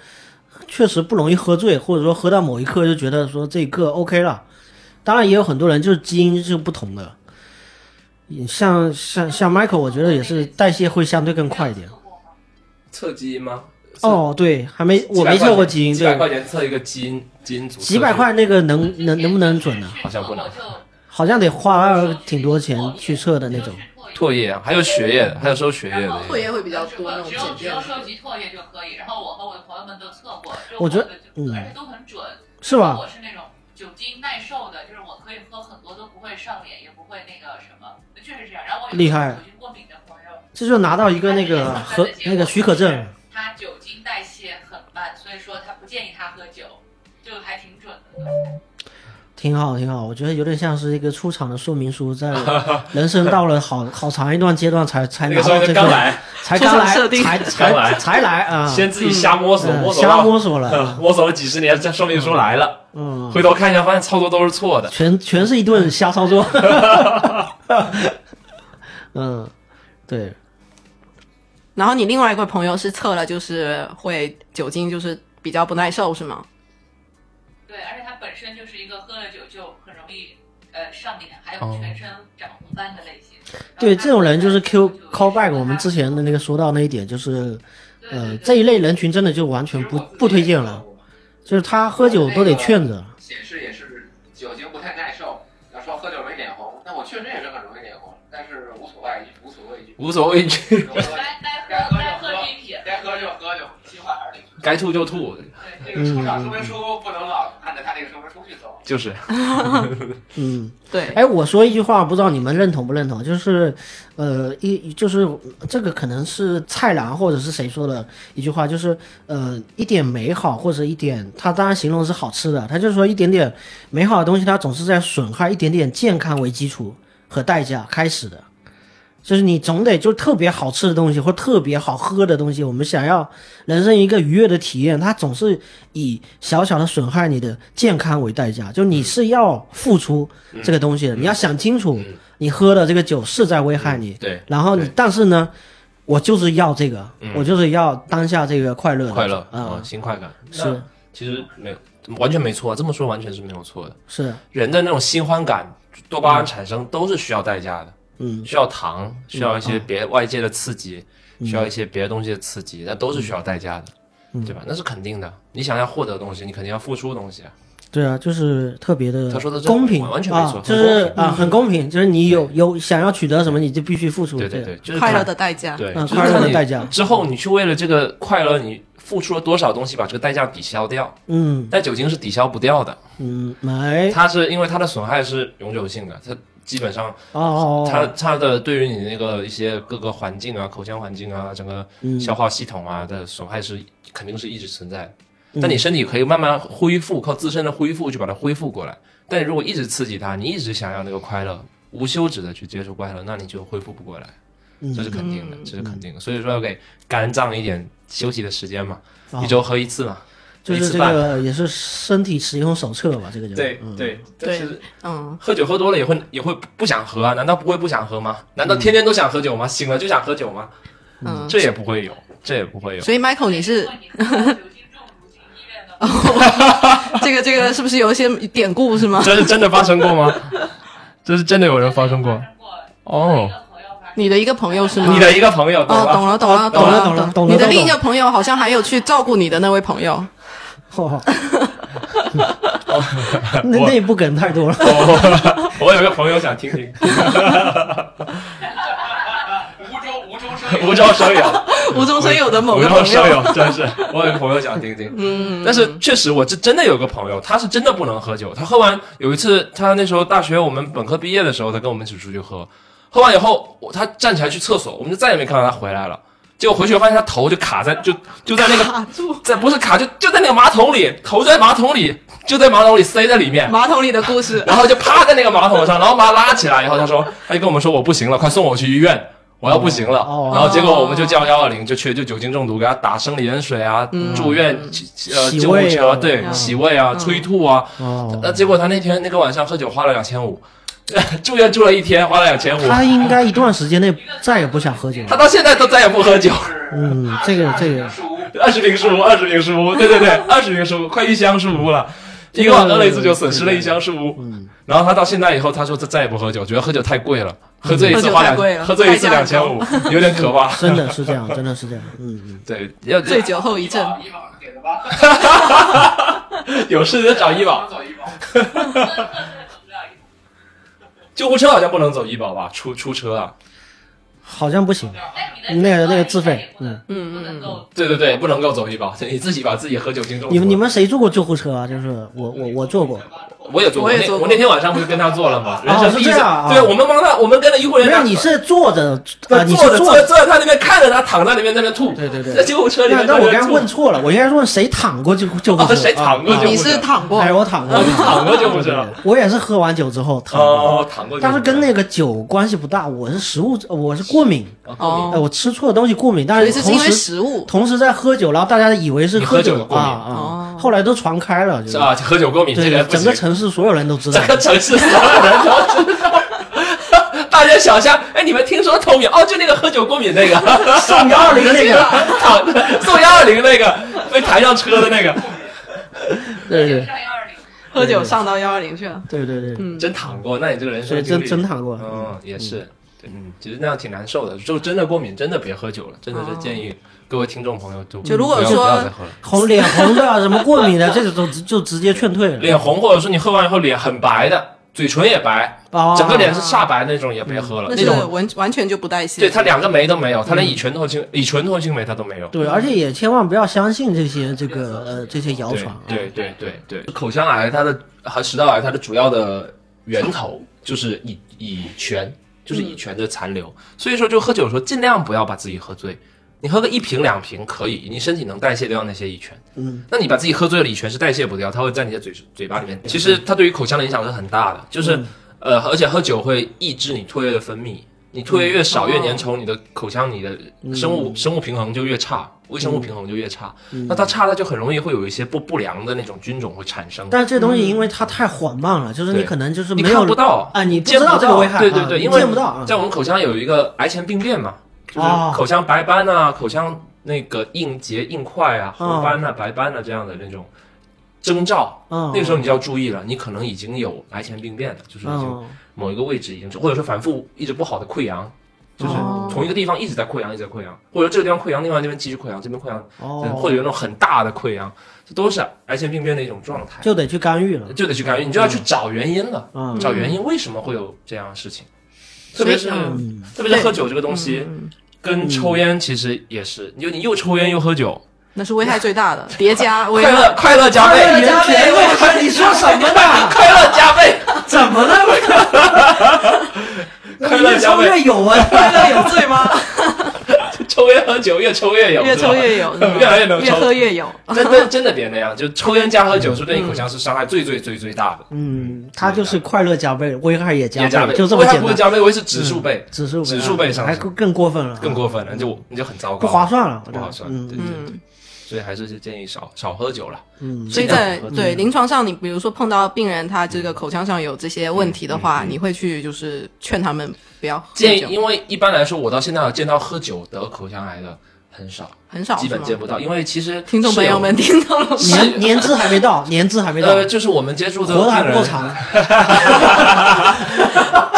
确实不容易喝醉，或者说喝到某一刻就觉得说这一刻 OK 了。当然也有很多人就是基因是不同的，也像像像 Michael，我觉得也是代谢会相对更快一点。
测基因吗？
哦，对，还没
几
我
百块钱，
没测过基因，
几百
对，
块钱测一个基因基因组，
几百块那个能能能不能准呢、
好像不能。
好像得花挺多钱去测的那种。
唾液啊，还有血液的，还有收血液的。
唾液会比较多那种
只有
简
只有
便。
收集唾液就可以。然后我和我的朋友们都测过，就
我觉得
就
嗯
而且都很准，
是吧
我是那种酒精耐受的，就是我可以喝很多都不会上脸，也不会那个什么，确实这样。然后我有
厉害
酒精过敏的朋友，
这就拿到一个那个和那个许可证，
他酒精代谢很慢，所以说他不建议他喝酒，就还挺准的。
挺好挺好。我觉得有点像是一个出厂的说明书，在人生到了好好长一段阶段才才
那
拿
个时候
到这
刚
个，
来，
才刚
出厂设
来，
定
才
刚来
才才来啊，
先自己瞎摸索，
嗯
摸索
瞎
到
摸索了，
(laughs) 嗯摸索了几十年，这说明书来了，
嗯，
回头看一下，发现操作都是错的。
全全是一顿瞎操作。 (laughs) 嗯，对，
然后你另外一个朋友是测了，就是会酒精就是比较不耐受是吗？
对，而且他本身就是一个喝了酒就很容易呃上脸，还有
哦
全身长红斑的类型。
对，
然后他
这种人就是 Q
就
callback。我们之前的那个说到那一点，就是
对对
呃
对
这一类人群真的就完全不不推荐了，。就是他喝酒都得劝着。
显示也是酒精不太耐受，要说喝酒容易脸红，那我确实也是很容易脸红，但是无所谓，无所谓，
无所畏惧， (laughs)
该该喝该喝这一瓶，
该喝就喝就，计划还是得。
该吐就吐，
嗯
这个出厂说明书不能老按照他这个说明书去走。
就是
嗯，
对，
哎，我说一句话，不知道你们认同不认同，就是呃一就是这个可能是蔡澜或者是谁说的一句话，就是呃一点美好或者一点，他当然形容是好吃的，他就是说一点点美好的东西，它总是在损害一点点健康为基础和代价开始的。就是你总得就特别好吃的东西或特别好喝的东西，我们想要人生一个愉悦的体验，它总是以小小的损害你的健康为代价。就
嗯
你是要付出这个东西的，你要想清楚，你喝的这个酒是在危害你。
对
然后你
嗯对嗯
但是呢，我就是要这个，我就是要当下这个快乐的
快乐
啊
啊，，新快感
是。
其实没有，完全没错，啊这么说完全是没有错的。
是，
人的那种新欢感、多巴胺产生都是需要代价的，
嗯，
需要糖，需要一些别外界的刺激，需要一些别的东西的刺激，那都是需要代价的，
嗯
对吧？那是肯定的。你想要获得的东西，你肯定要付出的东西啊。
对啊，就是特别的
他说的这
公平，
完全没错
啊，就
很
是
公平
啊，很公平，就是你有有想要取得什么，你就必须付出，
对对对，就是
快乐
看
的代价。
对，
嗯
就是
快乐的
看你
代价
之后你去为了这个快乐，你付出了多少东西，把这个代价抵消掉？
嗯
但酒精是抵消不掉的，
嗯，没
它是因为它的损害是永久性的，它基本上
哦哦，
它它的对于你那个一些各个环境啊、口腔环境啊、整个
嗯
消化系统啊的损害是肯定是一直存在的。
嗯
但你身体可以慢慢恢复，靠自身的恢复去把它恢复过来。但你如果一直刺激它，你一直想要那个快乐，无休止的去接触快乐，那你就恢复不过来，
嗯
这是肯
嗯
定的，这是肯定的。所以说要给肝脏一点休息的时间嘛，
哦
一周喝一次嘛，
就
一
是
次
这
半。
个也是身体使用手册吧，这个就
对
嗯 (laughs)
对，但
对
是，
嗯，
喝酒喝多了也会也会不想喝啊？难道不会不想喝吗？
嗯
难道天天都想喝酒吗？醒了就想喝酒吗？
嗯
这也不会有，这也不会有。
所以 Michael，你是
如果你喝酒精中毒进医院的话，
这个这个是不是有一些典故是吗？
这是真的发生过吗？这是真的有人发生过哦。
你的一个朋友是吗？
你的一个朋友
(laughs)
嗯哦，懂
了，
了，懂了，
懂了
了，
懂了懂了
你的
懂了
另一个朋友好像还有去照顾你的那位朋 (laughs) 友，
哦
(laughs)
那那不梗太多了。
我 (laughs) 我有一个朋友想听听 (laughs)
无啊中无中生有，
无中生有。
无中生有的某
无
个
中
朋
生
友。
有，真是 (laughs) 我有个朋友想听听。嗯，但是确实，我是真的有个朋友，他是真的不能喝酒。他喝完有一次，他那时候大学我们本科毕业的时候，他跟我们一起出去喝，喝完以后，我他站起来去厕所，我们就再也没看到他回来了。结果回去发现他头就卡在就就在那个
卡住
在不是卡就就在那个马桶里，头在马桶里就在马桶里塞在里面，
马桶里的故 (laughs) 事，
然后就趴在那个马桶上，然后把他拉起来以后，他说，他就跟我们说我不行了，快送我去医院，我要不行了。
哦
然后结果我们就叫幺二零，就去就酒精中毒，给他打生理盐水啊，住院起呃
嗯洗
救护
胃
车，
啊
对，
嗯
洗胃啊，催吐啊。
哦
那、结果他那天那个晚上喝酒花了两千五， (laughs) 住院住了一天，花了两千五，
他应该一段时间内再也不想喝酒
他
了。
到现在都再也不喝酒。
嗯，这个这个，
二十瓶树屋，二十瓶树屋，对对对，二十瓶树屋，快一箱树屋了。一个晚上那一次就损失了一箱树屋，
嗯
然后他到现在以后，他说他再也不喝酒，觉得喝酒太贵了，喝醉一
嗯
次花
喝酒太贵了
两，喝醉一次
代
两
价
千
很
五， (laughs) 有点可怕。
真的是这样，真的是这样。嗯嗯，
对，要
醉酒后遗症。
以往给的吧，
有事就找医
(laughs)
保，
走以往。
救护车好像不能走医保吧？出出车啊？
好像不行。那个那个自费，
(laughs)
嗯，
嗯嗯嗯，
对对对，不能够走医保， (laughs) 你自己把自己喝酒精中毒。
你们你们谁坐过救护车啊？就是我我我坐过，
我也坐过，
我也
那
坐过
我那天晚上不是跟他做了吗？人生
是
第一
这
次，
样啊
对我们帮他，我们跟着医护人
没
员
有，
打
你是坐着
坐
啊？你是
着坐
坐
着坐在他那边看着他躺在那边在那边吐，
对对对
在救护车里
那
面。
那我刚才问错了，我应该问谁躺过救救护车？
哦谁躺过
啊
救护
你
车
是躺过
哎，我躺过，
啊你躺过救护车
对对对我也是喝完酒之后躺过。
哦，躺过去。
但是跟那个酒关系不大，我是食物，我是过敏，
哦
哎，我吃错东西过敏，但
所以
是
这是
同
因为
时
食物。
同时在喝酒，然后大家以为是
你喝酒
酒
有过
啊
敏
啊
哦，
后来都传开了，就是
吧？喝酒过敏这
对
个，不
整个
行，
城市所有人都知道
整，个城市所有人都知道。大街小巷，哎，你们听说偷敏哦？就那个喝酒过敏那个，
送幺二零那个，
躺着送幺二零那个被抬上车的那个，
对对
喝酒上到幺二零去了。
对对对，
真躺过。那你这个人
所以
生经
真
历
真躺过，
嗯，也是，对嗯，其实那样挺难受的。就真的过敏，真的别喝酒了，真的
哦
是建议各位听众朋友就
就如果
不要
说
不要再喝了。
红脸红的啊什么过
(laughs)
敏的，这种就就直接劝退了。
脸红，或者说你喝完以后脸很白的，嘴唇也白，
啊，
整个脸是煞白那种，也别喝了。
那
那
是
种
完完全就不带线。
对他两个酶都没有，他连乙醛脱氢、乙醛脱氢酶他都没有。
对，而且也千万不要相信这些这个呃这些谣传啊。
对对对对对，口腔癌它的和食道癌它的主要的源头就是乙乙醛，就是乙醛的残留。所以说，就喝酒的时候尽量不要把自己喝醉。你喝个一瓶两瓶可以，你身体能代谢掉那些乙醛。
嗯，
那你把自己喝醉了，乙醛是代谢不掉，它会在你的嘴嘴巴里面。其实它对于口腔的影响是很大的，就是、呃，而且喝酒会抑制你唾液的分泌，你唾液越少、
哦
越粘稠，你的口腔你的生物、生物平衡就越差，微生物平衡就越差。
嗯
那它差了，就很容易会有一些不不良的那种菌种会产生。
但是这东西因为它太缓慢了，就是你
嗯对
可能就是
你
没
看
有
不到
啊，你不
见
知
不
道这个危害，
对对对，
啊
因
你
为
见不到啊。
在我们口腔有一个癌前病变嘛，就是
哦
口腔白斑啊，口腔那个硬结硬块啊，
哦
褐斑啊、白斑啊这样的那种征兆，
嗯
那个时候你就要注意了，你可能已经有癌前病变了，就是已经
嗯
某一个位置已经，或者说反复一直不好的溃疡。就是
哦
同一个地方一直在溃疡，一直在溃疡，或者这个地方溃疡，另外这边继续溃疡，这边溃疡，
哦，
或者有那种很大的溃疡，这都是癌前病变的一种状态。
就得去干预了。
就得去干预，你就要去找原因了，
嗯
找原因为什么会有这样的事情，特别是、嗯
所以
特别是喝酒这个东西，
嗯
跟抽烟其实也是，你就你又抽烟又喝酒，
那是危害最大的，叠 (laughs) 加危
快乐
害。
快乐加倍，
快乐加倍我说你说什么呢
(laughs) 快乐加倍，
怎么
(laughs)
了？
快乐
越
加
抽
倍，
越有啊！
(laughs)
快乐有罪吗？ (laughs)
抽烟喝酒越抽越有，
越抽 (laughs) 越有，
是
是
吧
吗
越来越能
越
抽，
喝越有。
真真真的别那样，就抽烟加喝酒是对你口腔是伤害最最最最大的，
嗯，它就是快乐加倍，危害也
也加
倍，
倍，
就这么
为啥
简
不会
单。
加倍，我是指数倍，
指数倍啊
指数倍上
还
升
更更过分了，啊
更过分了，就你就很糟糕，
不划算了，我觉
不
得
划算，
嗯
对对对。所以还是建议少少喝酒了。
嗯，
所以
尽量
在
不喝
对临床上，你比如说碰到病人他这个口腔上有这些问题的话，你会去就是劝他们不要喝
建议，
酒。
啊因为一般来说，我到现在有见到喝酒得口腔癌的，很少，
很少，
基本见不
到。
到，因为其实
听众朋友们
是
听到了吗？
年年资还没到， (laughs) 年资还没
有。
到，
呃，就是我们接触的
活得还
病
不
人
够，长。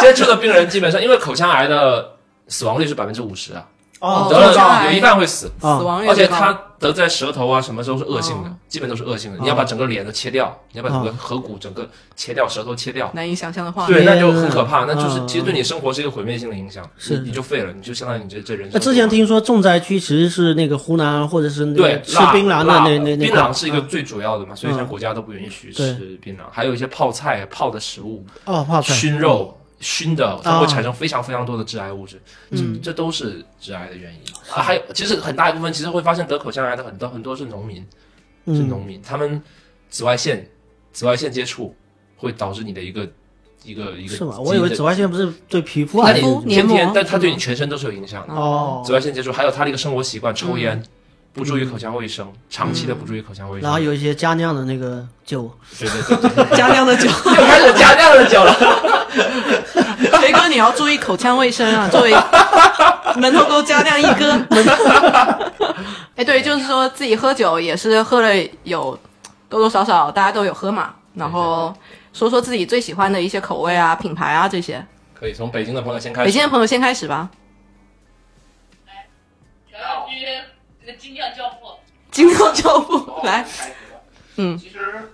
(laughs) 接触的病人基本上，因为口腔癌的死亡率是百分之五十啊，
哦
得
口腔
了
癌
有一半会死，
死亡率
而且
高
它得在舌头啊什么时候是恶性的
哦，
基本都是恶性的。你要把整个脸都切掉，你要把整个
哦
颌骨整个切掉，舌头切掉，
难以想象的画面。
对，
天
那就很可怕。那就是
嗯
其实对你生活是一个毁灭性的影响，
是
你你就废了，你就相当于你这这人
那
生。
之前听说重灾区其实是那个湖南或者是那
对
个吃槟榔的
辣
那那那
槟
块
榔是一个最主要的嘛，所以像
嗯
国家都不允许吃槟榔，还有一些泡菜、泡的食物、
哦泡菜啊
熏肉。熏的，它会产生非常非常多的致癌物质，
嗯
这这都是致癌的原因啊。还有，其实很大一部分其实会发现得口腔癌的很多很多是农民，是
嗯
农民，他们紫外线紫外线接触会导致你的一个一个一个
是吗？我以为
基因的
紫外线不是对皮肤
那
啊
你
肤
天
黏
天
膜，
但它对你全身都是有影响
嗯
的。
哦
紫，外线接触，还有他的一个生活习惯，抽烟，不注意口腔卫生，长期的不注意口腔卫生，
然后有一些加酿的那个酒，
对对对对，
加量的 (laughs) 酒，
又开始加量的酒了。
肥哥你要注意口腔卫生
(laughs)
啊，作为门头沟加量一哥。 (laughs) 哎，对，就是说自己喝酒也是喝了有多多少少，大家都有喝嘛。然后说说自己最喜欢的一些口味啊、品牌啊这些。
可以从北京的朋友先开始，
北京的朋友先开始吧。
小居这个金匠教父，
金牛教父
哦
来，
开始了
嗯
其实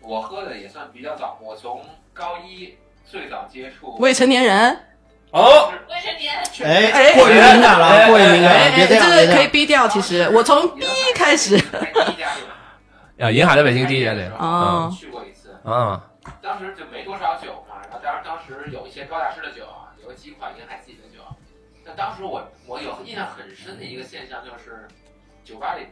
我喝的也算比较早，我从高一最早接触
未成年人，
哦，
未成年，
哎
哎
过于敏感了，
哎
过于敏感
哎
了，别这
这
样，别
个可以
样。
逼
哦
掉。其实我从逼开始，
在第一家店，
啊，沿海的北京第一家店
哦
去过一次，
啊，
当时就没多少酒嘛，然后当然当时有一些高大师的酒啊，有几款沿海自己的酒。那当时我我有印象很深的一个现象就是，酒吧里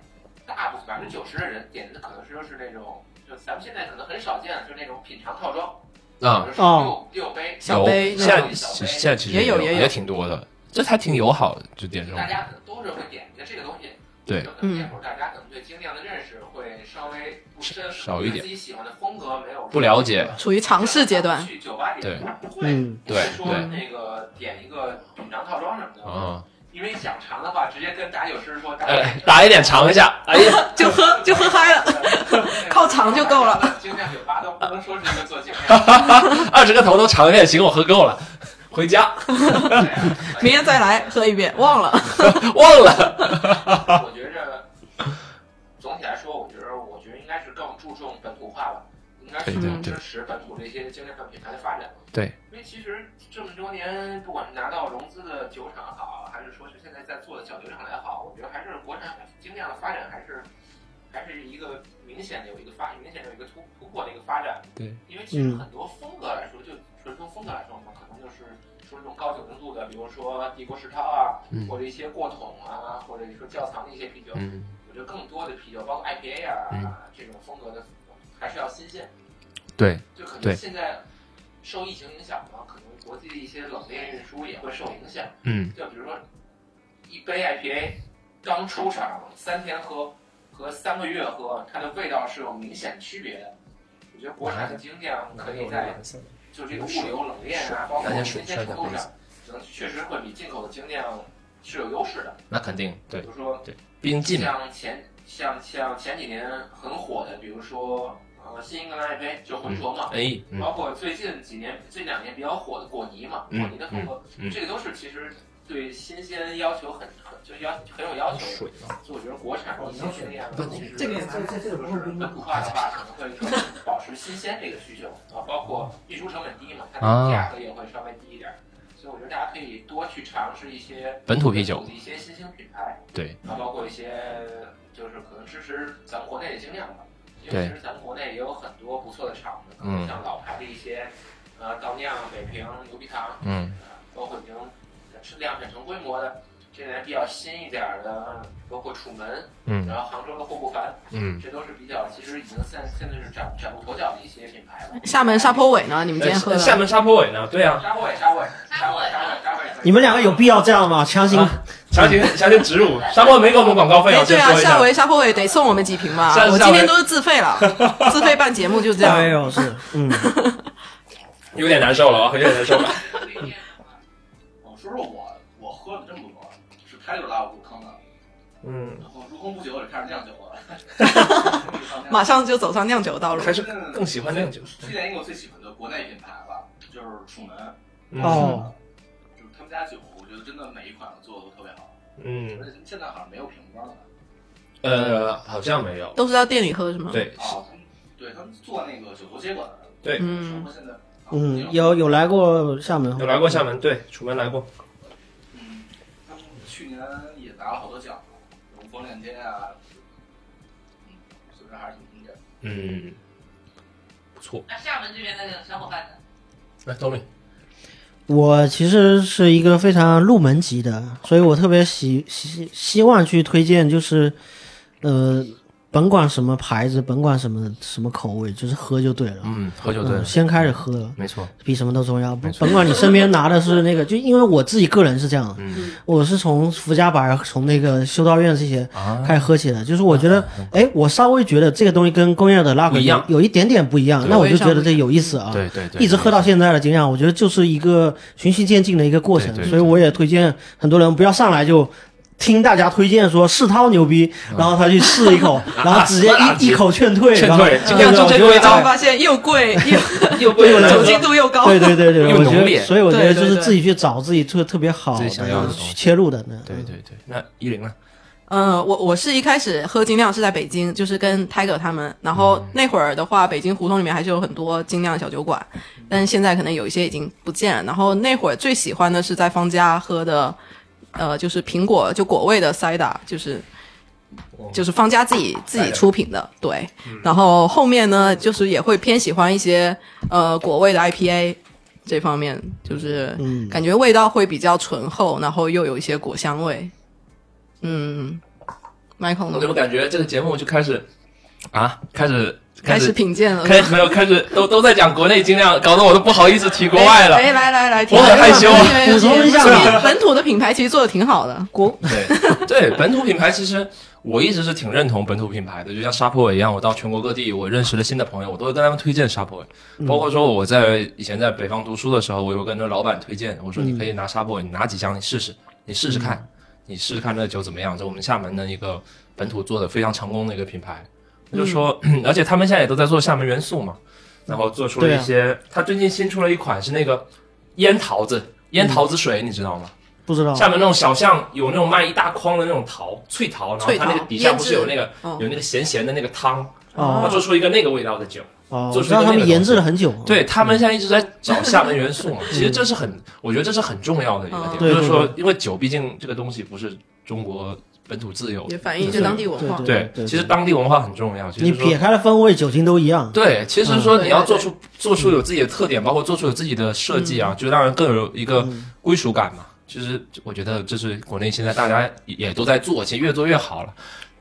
大部分百分之九十的人点的可能是就是那种，就咱们现在可能很少见，就是那种品尝套装，
啊，
就是
哦
六六杯，
小杯
有
那
现在
种
小
其
杯
实现在其实
也有也
也
有
挺多的，这还挺友好的，就点这种
大，家可能都是会点的这个东西。
对
可能那会儿大家可能对精酿的认识会稍微不深，
少一点
对自己喜欢的风格没有
不了解，
处于尝试阶段。
去酒吧里
对，
嗯，
嗯，
对
说
对
那个点一个品尝套装什么的，
啊，
因为想尝的话，直接跟打酒师说打酒
哎，打一点尝一下，哎呀，
就喝 (laughs) 就喝嗨了， (laughs) 靠尝就够
(laughs)
了。
精酿酒吧都不能说是一个做精
(laughs)
酿，
二十个头都尝一遍，行，我喝够了，回家
对啊
明天再来喝一遍，忘 (laughs) 了。
忘了，
我觉着，总体来说，我觉得我觉得应该是更注重本土化吧，应该是
对
对
更
对
支持本土这些精酿品牌的发展。
对，
因为其实这么多年，不管是拿到融资的酒厂好，还是说是现在在做的小酒厂也好，我觉得还是国产精酿的发展还是还是一个明显的有一个发明显有一个突突破的一个发展。
对，
因为其实
嗯
很多风格来说，就纯从风格来说，我们可能就是说这种高酒精度的，比如说帝国世涛啊，
嗯
或者一些过桶啊，或者说窖藏的一些啤酒，
嗯，
我觉得更多的啤酒，包括 IPA 啊、
嗯
这种风格的，还是要新鲜。
对，
就可
对
能现在受疫情影响嘛，可能国际的一些冷链运输也会受影响。
嗯，
就比如说，一杯 IPA 刚出厂三天喝和三个月喝，它的味道是有明显区别的。我觉得国产的精酿可以在就这个物流冷链啊，包括新鲜程度上，可能确实会比进口的精酿是有优势的。
那肯定对
比，如说
毕竟近嘛，
像前像像前几年很火的，比如说呃新英格兰 IPA 就浑浊嘛，
哎，嗯
包括最近几年、这两年比较火的果泥嘛，
嗯
果泥的风格，
嗯嗯
这个都是其实对新鲜要求很很就是要很有要求的。
吧，
所以我觉得国产的一些这样的，其实
哦这个这这这个不
就
用
是
冰
本土化的话，可能会更保持新鲜这个需求啊，包括运输成本低嘛，它
啊
的价格也会稍微低一点。所以我觉得大家可以多去尝试一些
本土啤酒
本的一些新兴品牌，
对，
啊，包括一些就是可能支持咱们国内的精酿吧，因
对
为其实咱们国内也有很多不错的厂子，可
嗯
能像老牌的一些，呃，稻酿、北平、牛皮糖，
嗯
呃，包括已经是量产成规模的，这年比较新一点儿的，包括楚门，
嗯
然后杭州的霍不凡，
嗯，
这都是比较其实已经现现在是崭崭露头角的一些品牌了。
厦门沙坡尾呢？你们今天喝
呃厦
的？
门沙坡尾呢？对啊，
沙坡尾，沙坡尾，沙坡尾，沙坡尾，沙坡尾。
你们两个有必要这样吗？强行
啊强
(laughs)
行强行植入，沙坡尾没给我们广告费
哎
啊，，
对
先
啊，
说一
下
下。
回沙坡尾得送我们几瓶吧
下。
我
下
今天
回
都是自费
(laughs)
了，自费办节目就这样。
没有是，嗯，
有点难受了啊，有点难
(laughs)
受了。
我说说我我喝了这么多，是他就拉我入坑了。
嗯，
我入宫不久我就开始酿
(laughs)
酒了，
马
(laughs)
上就走上酿酒道路。
还是更喜欢酿酒。
推嗯荐一个我最喜欢的国内品牌吧，就是楚门，
(laughs) 嗯
哦，
就是他们家酒，我觉得真的每一款做的都特别好，
嗯
而，且现在好像没有瓶装的。
呃，好像没有。
都是到店里喝是吗？，
对，
哦，对他们做那个酒楼接管，
对
生
嗯
活，现在
嗯，有有来过厦门，
有来过厦门，对，楚门来过。
嗯，他们去年也拿了好多奖，龙凤链接啊，嗯，所以说还是挺经典的。
嗯，不错。
那厦门这边的小伙伴呢？
来，Tommy，
我其实是一个非常入门级的，所以我特别希希希望去推荐，就是，呃，甭管什么牌子，甭管什么什么口味，就是喝就对了。
嗯，喝酒
嗯先开始喝，
没错。
比什么都重要。甭管你身边拿的是那个，就因为我自己个人是这样的，
嗯
我是从福家板、从那个修道院这些
啊
开始喝起的。就是我觉得，哎，我稍微觉得这个东西跟工业的那
嗯不
个
一
有
样
有一点点不一样，那我就觉得这有意思啊。
对对对
一直喝到现在的经验，我觉得就是一个循序渐进的一个过程
对对。对
所以我也推荐很多人不要上来就。听大家推荐说世涛牛逼，然后他去试一
(laughs)
口，然后直接一一口劝退，
啊劝退
然后对
啊
这
对
个就
我
这
就
个
会
味道
哎
发现又贵又
(laughs) 又不
又来
酒精度又高。
(laughs) 对对对
(laughs)
对，
又
我觉
浓烈
得，所以我觉得就
对对
是
对
自己去找自己特特别好
自己想要
的
的东西
去切入的呢。
对对对，那依林呢？
嗯，我我是一开始喝精酿是在北京，就是跟 Tiger 他们，然后那会儿的话，北京胡同里面还是有很多精酿小酒馆，但是现在可能有一些已经不见了。然后那会儿最喜欢的是在方家喝的，呃，就是苹果就果味的 cider，就是就是方家自己自己出品的，对。然后后面呢，就是也会偏喜欢一些呃果味的 IPA 这方面，就是
嗯
感觉味道会比较醇厚，然后又有一些果香味。嗯，Michael
我怎么
呢？
感觉这个节目就开始啊，开始
开始
始
品鉴了。
开没有开始都都在讲国内精酿，搞得我都不好意思提国外了。
哎，来来来，
我很害羞啊
补充一下吧
本土的品牌其实做的挺好的。国
对对，本土品牌其实我一直是挺认同本土品牌的，就像沙坡尾一样，我到全国各地，我认识了新的朋友，我都会跟他们推荐沙坡尾。包括说我在以前在北方读书的时候，我有跟着老板推荐，我说
嗯
你可以拿沙坡尾，你拿几箱你试试，你试试看，你试试看这酒怎么样。这我们厦门的一个本土做的非常成功的一个品牌，他就说， (clears throat) 而且他们现在也都在做厦门元素嘛，然后做出
嗯
了
对
一
啊
些，他最近新出了一款是那个腌桃子。腌桃子水，你知道吗？
不知道
厦门那种小巷有那种卖一大筐的那种桃，脆桃，然后
脆
它
桃
那个底下不是有那个
嗯
有那个咸咸的嗯那个汤，它
哦
做出一个那个味道的酒。嗯
哦，
做
我
出
知道
一个
他
那
们
个
研
东
制了很久。
对他们现在一直在找厦门元素嘛，其实这是很，我觉得这是很重要的一个点，
嗯
对
就是说
对，
因为酒毕竟这个东西不是中国本土自由
也
的，
反映一些当地文化。
对
对，其实当地文化很重要。
你
其实说
撇开了风味，酒精都一样。
对，其实
嗯
说
对
你要
对嗯
做出做出有自己的特点，包括做出有自己的设计啊，就让人更有一个归属感嘛。其实我觉得这是国内现在大家也都在做，其实越做越好了。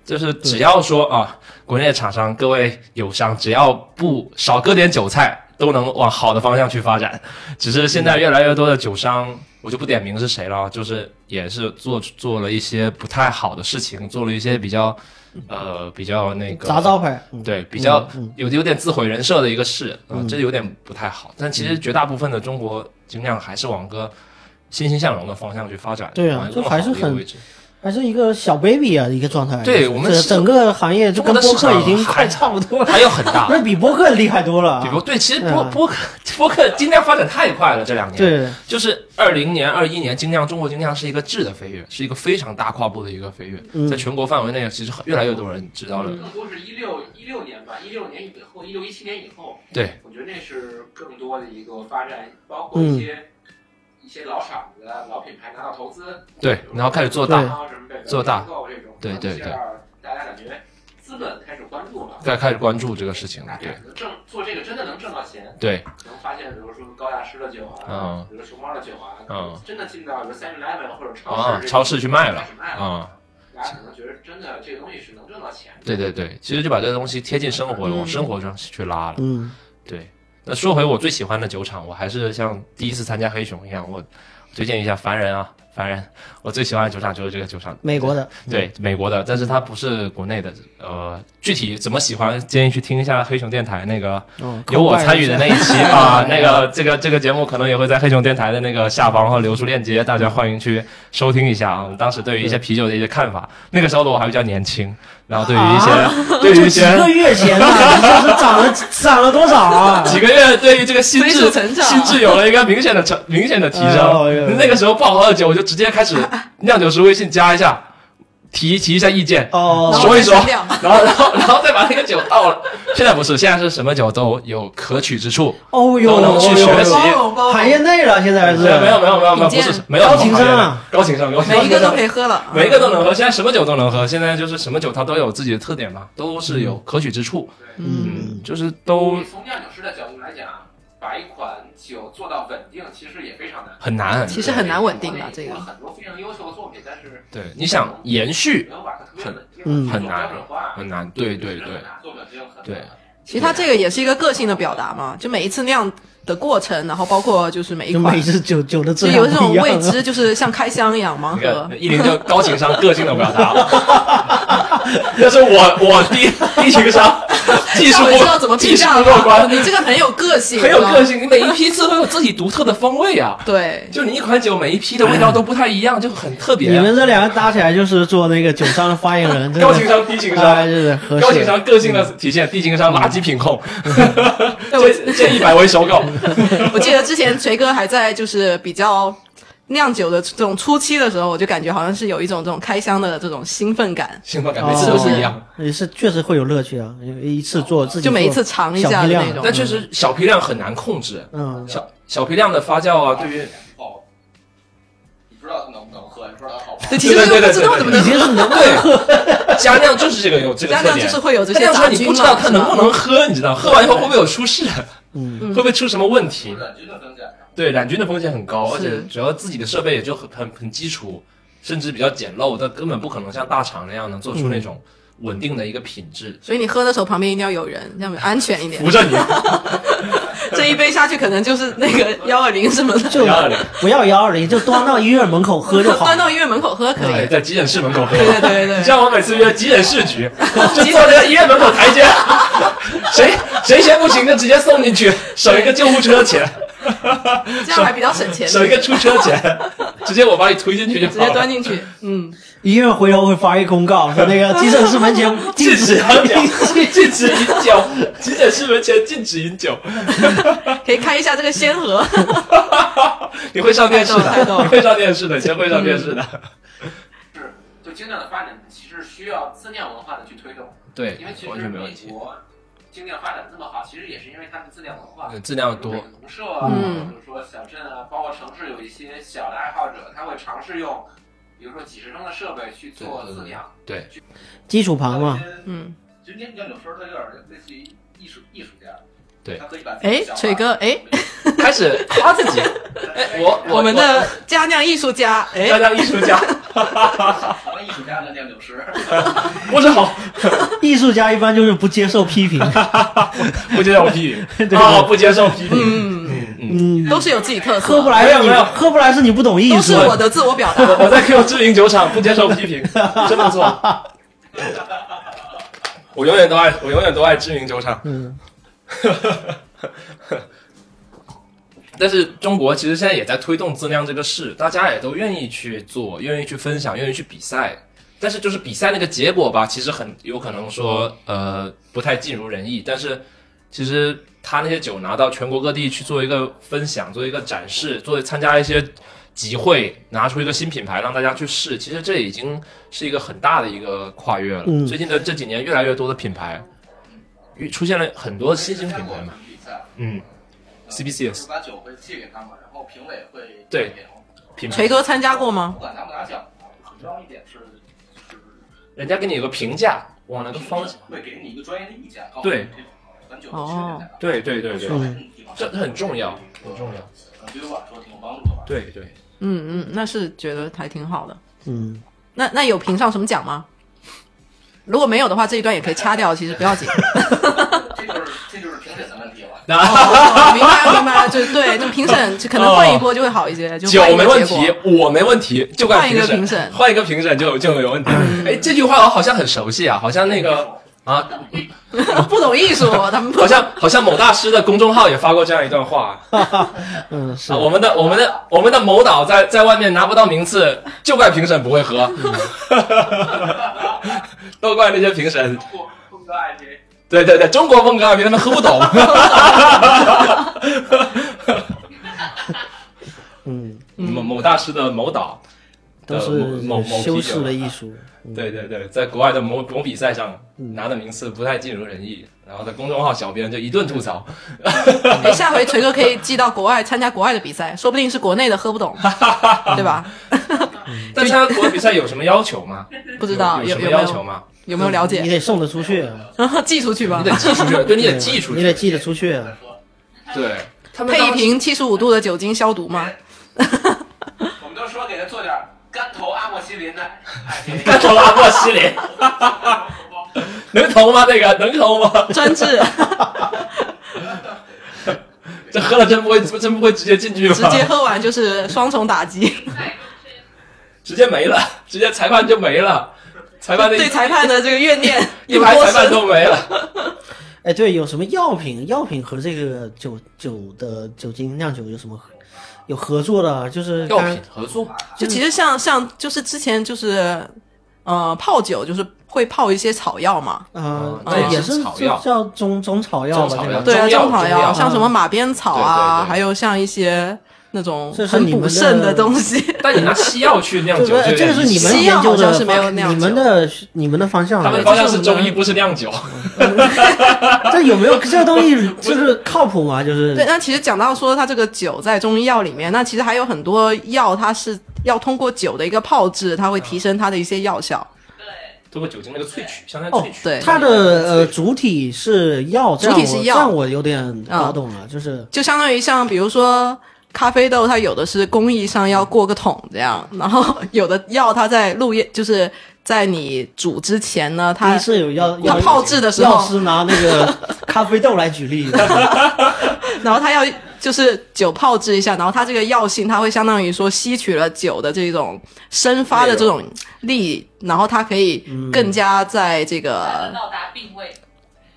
就是只要说啊，国内的厂商各位友商，只要不少割点韭菜，都能往好的方向去发展。只是现在越来越多的酒商，我就不点名是谁了，啊就是也是做做了一些不太好的事情，做了一些比较呃比较那个
砸招牌。嗯
对，比较有有点自毁人设的一个事啊、这有点不太好。但
嗯
其实绝大部分的中国尽量还是往个欣欣向荣的方向去发展，
对啊
往一个
就
更
还
好的
是
一个
很
位置
还是一个小 baby 啊，一个状态。
对我们
这
是
整个行业就
中国
跟
的
播
市
客
场
已经快
还
差不多了，
还有很
(laughs)
大。
那比播客厉害多了啊。
比如对，其实
对
播
啊
播客播客精酿发展太快了，这两年。
对，
就是二零年、二一年，精酿中国精酿是一个质的飞跃，是一个非常大跨步的一个飞跃，
嗯
在全国范围内，其实很越来越多人知道了。
更多是一六一六年吧，一六年以后，一六一七年以后，
对，嗯
我觉得那是更多的一个发展，包括一些、一些老厂子、啊老品牌拿到投资，
对
比如说
然后开始做
大
什么
做大
这种，
对对对，
大家感觉资本开始关注了，
该开始关注这个事情了
大。
对
家能挣做这个真的能挣到钱，
对，
能发现比如说高大师的酒啊
嗯，
比如熊猫的酒啊，
嗯
真的进到比如 Seven Eleven 或者超市
啊，
这种
超市去卖了
开始卖了，
啊。
大家可能觉得真的这个东西是能挣到钱的。
对对对，其实就把这个东西贴近生活，
嗯
往生活上去拉了。
嗯，
对，那说回我最喜欢的酒厂，我还是像第一次参加黑熊一样，我推荐一下凡人啊，反正我最喜欢的酒厂就是这个酒厂，
美国的，
对美国的，但是它不是国内的。呃，具体怎么喜欢，建议去听一下黑熊电台那个
嗯，
有我参与的那一
(laughs)
期啊，
哎
那个这个这个节目可能也会在黑熊电台的那个下方和留出链接，大家欢迎去收听一下啊。我们当时对于一些啤酒的一些看法，那个时候的我还比较年轻，然后对于一些、
啊
(laughs) 对于一
(laughs) 几
些
个月前
(laughs)
啊，你这是涨了涨了多少啊？
几个月对于这个心
飞
智
速成长
心智有了一个明显的成明显的提
哎呦哎呦哎呦
升。那个时候不好喝的酒，我就直接
(laughs)
开始酿酒师微信加一下，提提一下意见，
哦，
说一说
然后再商量，
然后然后然后再把那个酒倒了。现在不是，现在是什么酒都有可取之处，
哦呦，
都能去学习
包容包容，
行业内了，现在是
没有没有没有没有没有，
品
不
鉴
是没有那么
高情商啊
高情商，高情商，
每一个都可以喝了，
(laughs) 每一个都能喝。现在什么酒都能喝，现在就是什么酒它都有自己的特点嘛，都是有可取之处。嗯，就是都
从酿酒师的角度来讲，把一款酒做到稳定，其实也非常难。
很难。
其实很难稳定的这个
很多非常优秀的作品，但是
对，你想延续
没有把它特别稳定，
嗯
很难
标准化，
很难，对对对
做稳定很难
对。
其实它这个也是一个个性的表达嘛，就每一次酿的过程，然后包括就是每一
就
款
每，次酒酒的质
就
量
有一种
不一样
未
啊
知，就是像开箱一样盲
你看
盒，
一林就高情商、个性的表达 (laughs) 了，但是我我低低情商，技术
像我知道怎么
不技
评
术
价
不
了
过
吧？
关，
你这个很有个性，
很有
你知道
个
吗，
性，你每一批次都有自己独特的风味啊。
对，
就你一款酒，每一批的
哎
味道都不太一样，就很特别
你
啊。
们这两个搭起来就是做那个酒商的发言人，真的
(laughs) 高情商、低情
哎
商，
就是
呃
合
高情
适。
商个性的体现，低情商垃圾品控，
嗯
(laughs) 建建议百为首
(laughs)
狗。
我记得之前锤哥还在就是比较酿酒的这种初期的时候，我就感觉好像是有一种这种开箱的这种兴奋感，
兴奋感每次都不一样。
哦也是确实会有乐趣啊，因为一次做自己
就每一
做
次尝一
小
下
批
的
量啊
那种
但确实小批量很难控制，
嗯，
小小批量的发酵啊，
(laughs)
对于
哦，你不知道它能不能喝，你不知道它好不好
对，。其实就不知道怎么
已
能
经是能
对加酿就是这个有这个
加
特
量，
点
就是。会有这
加
些
酿说
杂
你
菌
不
嘛，
知道它能不
是
能
吧
喝，你知道喝完以后会不会有出事，
嗯，
(laughs) 会不会出什么问题？
软菌的增加，
对，染菌的风险很高，而且
是
主要自己的设备也就很很很基础，甚至比较简陋，但根本不可能像大厂那样能做
嗯
出那种稳定的一个品质。
所以你喝的时候旁边一定要有人，这样安全一点
扶。着
(laughs)
你，
这一杯下去可能就是那个幺二零什么的，
就
幺二零，
不要幺二零，就端到医院门口喝就好。
端到医院门口喝可以
对，。在急诊室门口喝。
对对对对
你像我每次约急诊室局，就坐在医院门口台阶， (laughs) 谁谁先不行就直接送进去，省一个救护
(laughs)
车钱，
这样还比较省钱，
省一个出车钱，直接我把你推进去就
直
好
接
了。
端进去。嗯，
医院回头会发一公告，说那
(laughs)
个急诊室门
(laughs)
前禁
禁
(laughs) 止
止饮酒，禁止饮酒，急诊室门前禁止饮酒。
可以开一下这个先河。
你会上电视
太逗嗯了
的，你会上电视的，先会上电视的。
是就精酿的发展其实需要自酿文化的去推动，
对
因为其
完
实
全没
美
问题。
国精酿发展这么好，其实也是因为他们自酿文化。
呃质量多，
农舍啊，
嗯
或者说小镇啊，包括城市有一些小的爱好者，他会尝试用，比如说几十升的设备去做自酿。
对，
基础旁嘛，
嗯，
其实酿酒师他有点类似于艺术艺术家，
对
他可以把自己
哎
的想，法
锤哥，哎，
开始夸自己。哎，我
我们的家酿艺术家，
家
哎，
(laughs) 当艺术家，
好的艺术家的酿酒师，
不是好，
艺术家一般就是不接受批评。
不接受批 (laughs) 评啊，不接受批评。
嗯，
嗯，
都是有自己特色，
喝不来是
没
你
有没有
喝不来是你不懂艺
都
术
是。我的自我表达。
我在 Q 知名酒厂不接受批评，真不错。我永远都爱，我永远都爱知名酒厂。
嗯，
(laughs) 但是中国其实现在也在推动自酿这个事，大家也都愿意去做，愿意去分享，愿意去比赛。但是就是比赛那个结果吧，其实很有可能说呃不太尽如人意。但是其实他那些酒拿到全国各地去做一个分享，做一个展示，做参加一些集会，拿出一个新品牌让大家去试，其实这已经是一个很大的一个跨越了。
嗯
最近的这几年，越来越多的品牌越出现了很多新兴品牌嘛，
比赛
嗯
就是
，CBCS
把酒会借给他们，然后评委会
对
点
品
评
牌
锤。哥参加过吗？
不管拿不拿奖，很重要一点是，就是
人家给你有个评价，往那个方向。
会给你一个专业的意见，告诉
对
你这款酒的缺点
哦
在哪。
对对对对
嗯
嗯地方
这很重要，很重要。
对于我嗯来说挺有帮助的吧。
对对，
(laughs) 嗯嗯，那是觉得还挺好的。
嗯，
那那有评上什么 (laughs) 奖吗？如果没有的话，这一段也可以掐掉，其实不要紧。
这就是这就是评审的问题了。
哦明白了明白了，就对，就评审就可能换一波就会好一 (laughs) 些，就
酒
换一
没
个
问
结果
题。，我没问题，就怪
换一个
评
评审嗯
换一个评审就就有问题。哎，这句话我好像很熟悉啊，好像那个啊，
不懂艺术，他们不
好像好像某大师的公众号也发过这样一段话
嗯，是
啊，我们的我们的我们的某导在在外面拿不到名次，就怪评审不会喝， (laughs) 都怪那些评审。
通过通过 IPA，
对对对，中国风格啊，比他们喝不
(laughs)
懂。
嗯，
某某大师的某导，
都
呃某某
是
某
修
啤
饰
酒
的艺术。嗯
对对对，在国外的某某比赛上
嗯
拿的名次不太尽如人意，然后在公众号小编就一顿吐槽。
哎，下回锤哥可以寄到国外参加国外的比赛，说不定是国内的喝不 (laughs) 懂，对吧？
但是他国外比赛有什么要
(laughs)
求吗？
不嗯知道有
有什么
有
要
没
求
有
吗？
有没有了
你
解，
得送得出去，啊
(laughs) 寄出去吧
你。得寄出
(laughs)
嗯去，对，你得
对
寄出去，
你得寄得出去。啊
对。他们
配一
当时
瓶七十五度的酒精消毒吗？
我们都说给他做点干头阿莫西林的
(laughs)
IPA。
干投阿莫西林，能投吗？这个能投吗？
专 (laughs) 制，
这喝了真不会，真不会直接进去吗？
直接喝完就是双重打击，
直接没了，直接裁判就没了，裁判那
对裁判的这个怨念
(laughs) 一排裁判
多
都没了。
哎，对，有什么药品？药品和这个酒酒的酒精酿酒有什么合有合作的？啊就是
药
刚
品合作
深就其实
嗯
像像就是之前就是呃泡酒就是会泡一些草药嘛，
啊，
那也
对也
是
是
草
就
药
叫中中草药吧？
中草
这
药
个
对啊，
中药
中草
中药嗯
药像什么马鞭草啊，
对对对
还有像一些那种
这是
很
你
补
们的嗯
肾的东西。
但你拿西药去酿
就
酒
是，哎这个是你们
西药
研究
好
的
像是没有
方
那样
你们
酒
的你们的方向
他
啊。
们方向是中医，不是酿酒。
这有没有这个东西就是靠谱吗？就是
(laughs) 对，那其实讲到说它这个酒在中医药里面，那其实还有很多药，它是要通过酒的一个泡制，它会提升它的一些药效。
通过酒精那个萃取，相当于萃取。
对
哦它的呃主体是药，这样
主体是
我
药啊
这样我有点搞懂了，就是
就相当于像比如说咖啡豆，它有的是工艺上要过个桶这样， (laughs) 然后有的药它在入液，就是在你煮之前呢，
第
它
一次有药，有
它泡制的时
药
候，
师拿那
(laughs)
个咖啡豆来举例，
然后它要就是酒泡制一下，然后它这个药性，它会相当于说吸取了酒的这种生发的这种力，然后它可以更加在这个。
才能到达病位。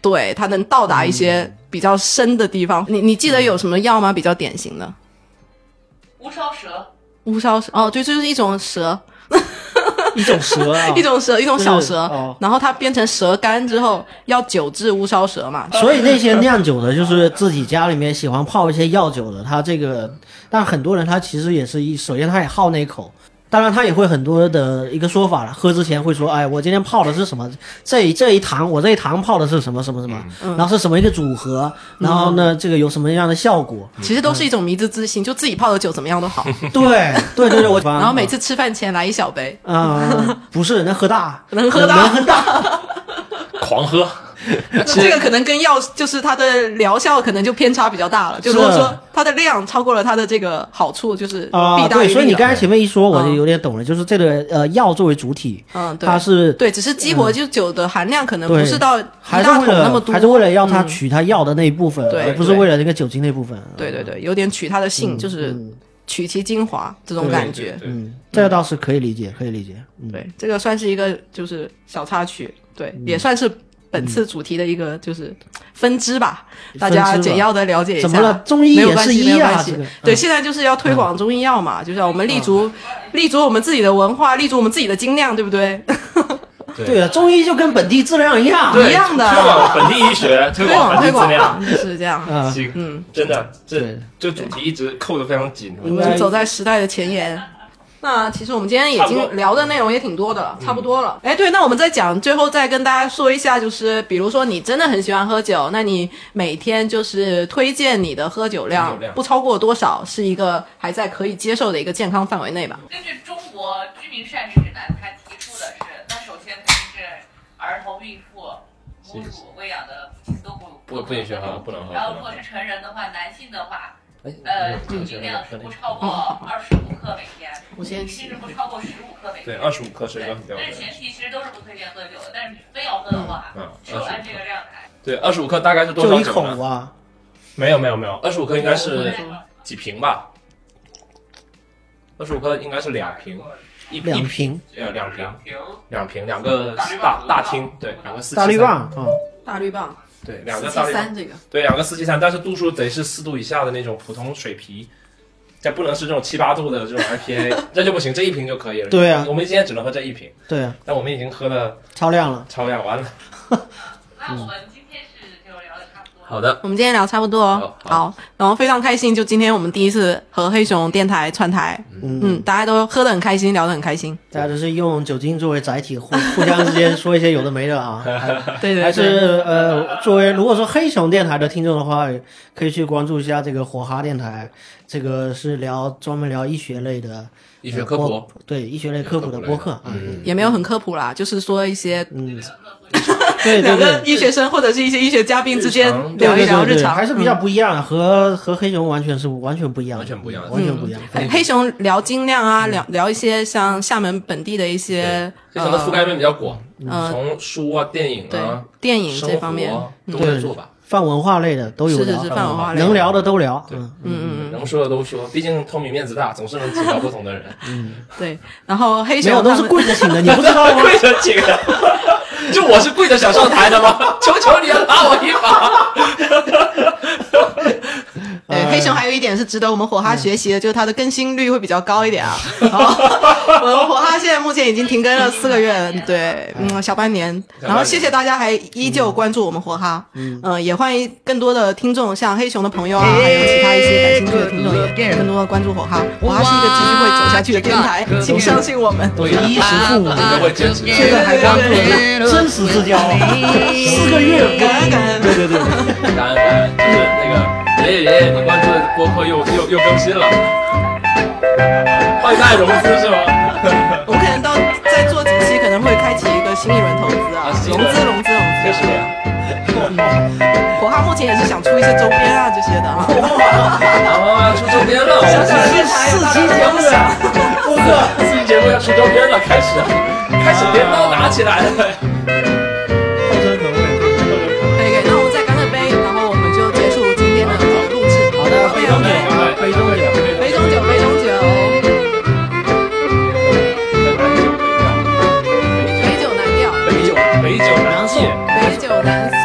对，它能到达一些比较深的地方。你你记得有什么药吗？比较典型的
无烧蛇，
乌梢蛇哦，对，这就是一种蛇，
一种蛇啊，
(laughs) 一种蛇，一种小蛇。
哦
然后它变成蛇干之后，要酒制乌梢蛇嘛？
所以那些酿酒的，就是自己家里面喜欢泡一些药酒的，他这个，但很多人他其实也是一，首先他也好那口，当然他也会很多的一个说法了，喝之前会说，哎，我今天泡的是什么，这一这一堂我这一堂泡的是什么什么什么，
嗯
然后是什么一个组合，然后呢，这个有什么样的效
(laughs)
果？
其实都是一种迷之自信，就自己泡的酒怎么样都
嗯
好。
对对对对，我
然后每次吃饭前来一小杯，
啊、不是能喝大，
能喝 (laughs) 大
能喝嗯大，
狂喝，
这个可能跟药就是它的疗效可能就偏差比较大了。就如果说它的量超过了它的这个好处，就是
啊、
弊大于利了。
对，所以你刚才前面一说，我就
嗯
有点懂了，就是这个呃药作为主体，
嗯，对，
它是
对，只是激活就酒的含量可能
对
不是到一
还是
大
为
桶那么
了
多，
嗯还是为了要他
嗯
取他要的那一部分，
对
而不是
对
为了那个酒精那部分。嗯
对对对，有点取它的性，就是取其精华这种
对
感觉。
对对
嗯，这个倒是可以理解，可以理解。嗯，
对，这个算是一个就是小插曲，对，也算是本次主题的一个就是分支吧，大家
嗯分支吧
简要的了解一下。
怎么了中医
没有
也
关
是
系
医
没有
啊
关系
这个嗯
对，现在就是要推广中医药嘛，就是要我们立足立足我们自己的文化，立足我们自己的精酿，对不对？
对啊，中医就跟本地质量一样。
一样的
推广本地医学，推
推
广
广 (laughs)
本地
推
资
广
料。
就是这样，
啊，
行，
嗯，
真的，这
对
这主题一直扣得非常紧。
应
我们
该
走在时代的前沿。 (laughs) 那其实我们今天已
差不多嗯
经聊的内容也挺多的了，差不多了。哎，对，那我们再讲，最后再跟大家说一下，就是比如说你真的很喜欢喝酒，那你每天就是推荐你的喝酒
喝
量
酒量
不超过多少，是一个还在可以接受的一个健康范围内吧？
根据中国居民膳食指南，它提出的是，那首先肯定是儿童、孕妇、母乳喂养的母亲都不
不不允许喝，不能喝。
然后如果是成人的话，男性的话，
哎
呃，酒精量是不超过二十五克每天，
我先
女性是不超过十五克每
对，
天。
二十五克是一
对
个很标
但
准
是
的。
前提其实都是不推荐喝酒的，但是你非要喝的话
嗯嗯，
是有按这个量来。
对，二十五克大概是多
就
少
一啊
酒啊
口
呢？
吧，
没有没有没有，二十五克应该是几瓶吧？二十五克应该是两瓶，一
两
一
瓶
呃两瓶两瓶两个呃大大厅对两个四
大绿棒啊，
大绿棒
对两
四
个
七
大绿棒
三这个，
对，两个四七三，但是度数得是四度以下的那种普通水啤，但不能是这种七八度的这 (laughs) 种 IPA，这就不行，这一瓶就可以了。
对啊
我们今天只能喝这一瓶，
对啊，
但我们已经喝了
超量了。
超量完了。
那我们今天是就聊的差不多了。
好的，
我们今天聊差不多哦，
好好
然后非常开心，就今天我们第一次和黑熊电台串台，嗯，
嗯，
大家都喝得很开心，聊得很开
(laughs)
心，
大家都是用酒精作为载体，互互相之间说一些有的没的
(laughs)
啊。
对对
还是
对，
呃，作为如果说黑熊电台的听众的话，可以去关注一下这个火哈电台，这个是聊专门聊医学类的
医学科普，，
呃对医学类科普的播客啊。
嗯，
也没有很科普啦，就是说一些
嗯，对对
两个
对，
医学生或者是一些医学嘉宾之间
日常
对
聊一
对
聊
对
日
对，
常，嗯
还是比较不一样，和和黑熊完全是完全不一样的，
完全不一样
完全不一样。
嗯。黑熊聊精酿
嗯
啊，聊聊一些像厦门本地的一些
这可能覆盖面比较广，
呃
从书啊、电影
对
啊、
电影
生
这
活
方面，
啊都
对
在做吧，
泛文化类的都有
是是
聊
是，泛文化类
能
的，
聊的都聊。嗯，
嗯嗯嗯，
能说的都说，毕竟托米面子大，总是能请到不同的人，
对。然后黑
没有
熊
都
他
是
们
跪着请的，你不知道吗？
跪 (laughs) 着请的。就我是跪着想上台的 (laughs) 吗？求求你了，拉我一把！
对，
呃
黑熊还有一点是值得我们火哈学习的，就是它的更新率会比较高一点啊。然后我们火哈现在目前已经停更了四个月，对，嗯，小半年。然后谢谢大家还依旧关注我们火哈，嗯、也欢迎更多的听众，像黑熊的朋友啊，还有其他一些感兴趣的听众，也更多的关注火哈。火哈是一个继续会走下去的电台，请相信我们。
都是衣食父
啊
母，
(laughs) 都会坚持的。
现在还当真实之交，啊四个月
感恩感恩。
对对对，
感恩感恩，就是那个爷爷爷爷，你关注的播客又又又更新了，换代融资是吗？
我们可能到再做几期，可能会开启一个新一轮投资啊
啊，新一
融
轮
资融资融资。
确实，
火哈目前也是想出一些周边啊这些的啊。 (laughs)
啊，出周边了，
想想电台有大家的梦想。
播客自己节目要出周边了，开始开始镰刀拿起来了，
后生可畏。
可以可以，那我们再干个杯，然后我们就结束今天的这个录制。好的，杯中酒，
杯中酒，
杯中酒，杯中酒，
啊
美酒难调，
北酒，北酒，北酒难戒，
美酒难送，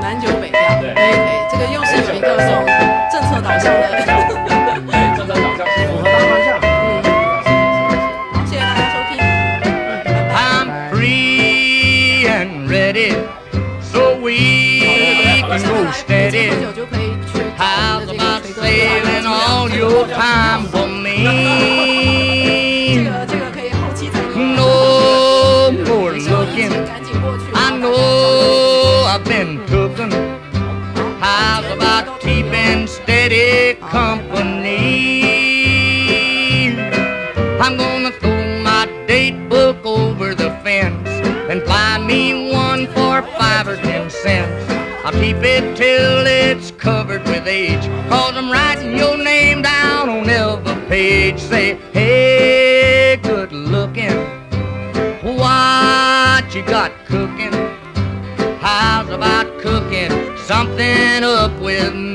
南酒北调。
对
可以可以，这个又是有一个这种政策导向的。 (laughs)
哎，正在搞笑，我们
好，嗯谢谢大家收听。
I'm free and ready, so we
好了，下
can
面
go
来杯中
steady.
酒就可以去找我
How's
们的
about
这个锤哥
sailing
的
all your time for
这
me?
个这个可以后期再说。
No more
疫
looking,
情赶紧过去。
I know I've been taken. How's about keeping steady company? I'm gonna throw my date book over the fence and buy me one for five or ten cents. I'll keep it till it's covered with age, cause I'm writing your name down on every page. Say, hey, good looking, what you got cooking? How's about cooking something up with me?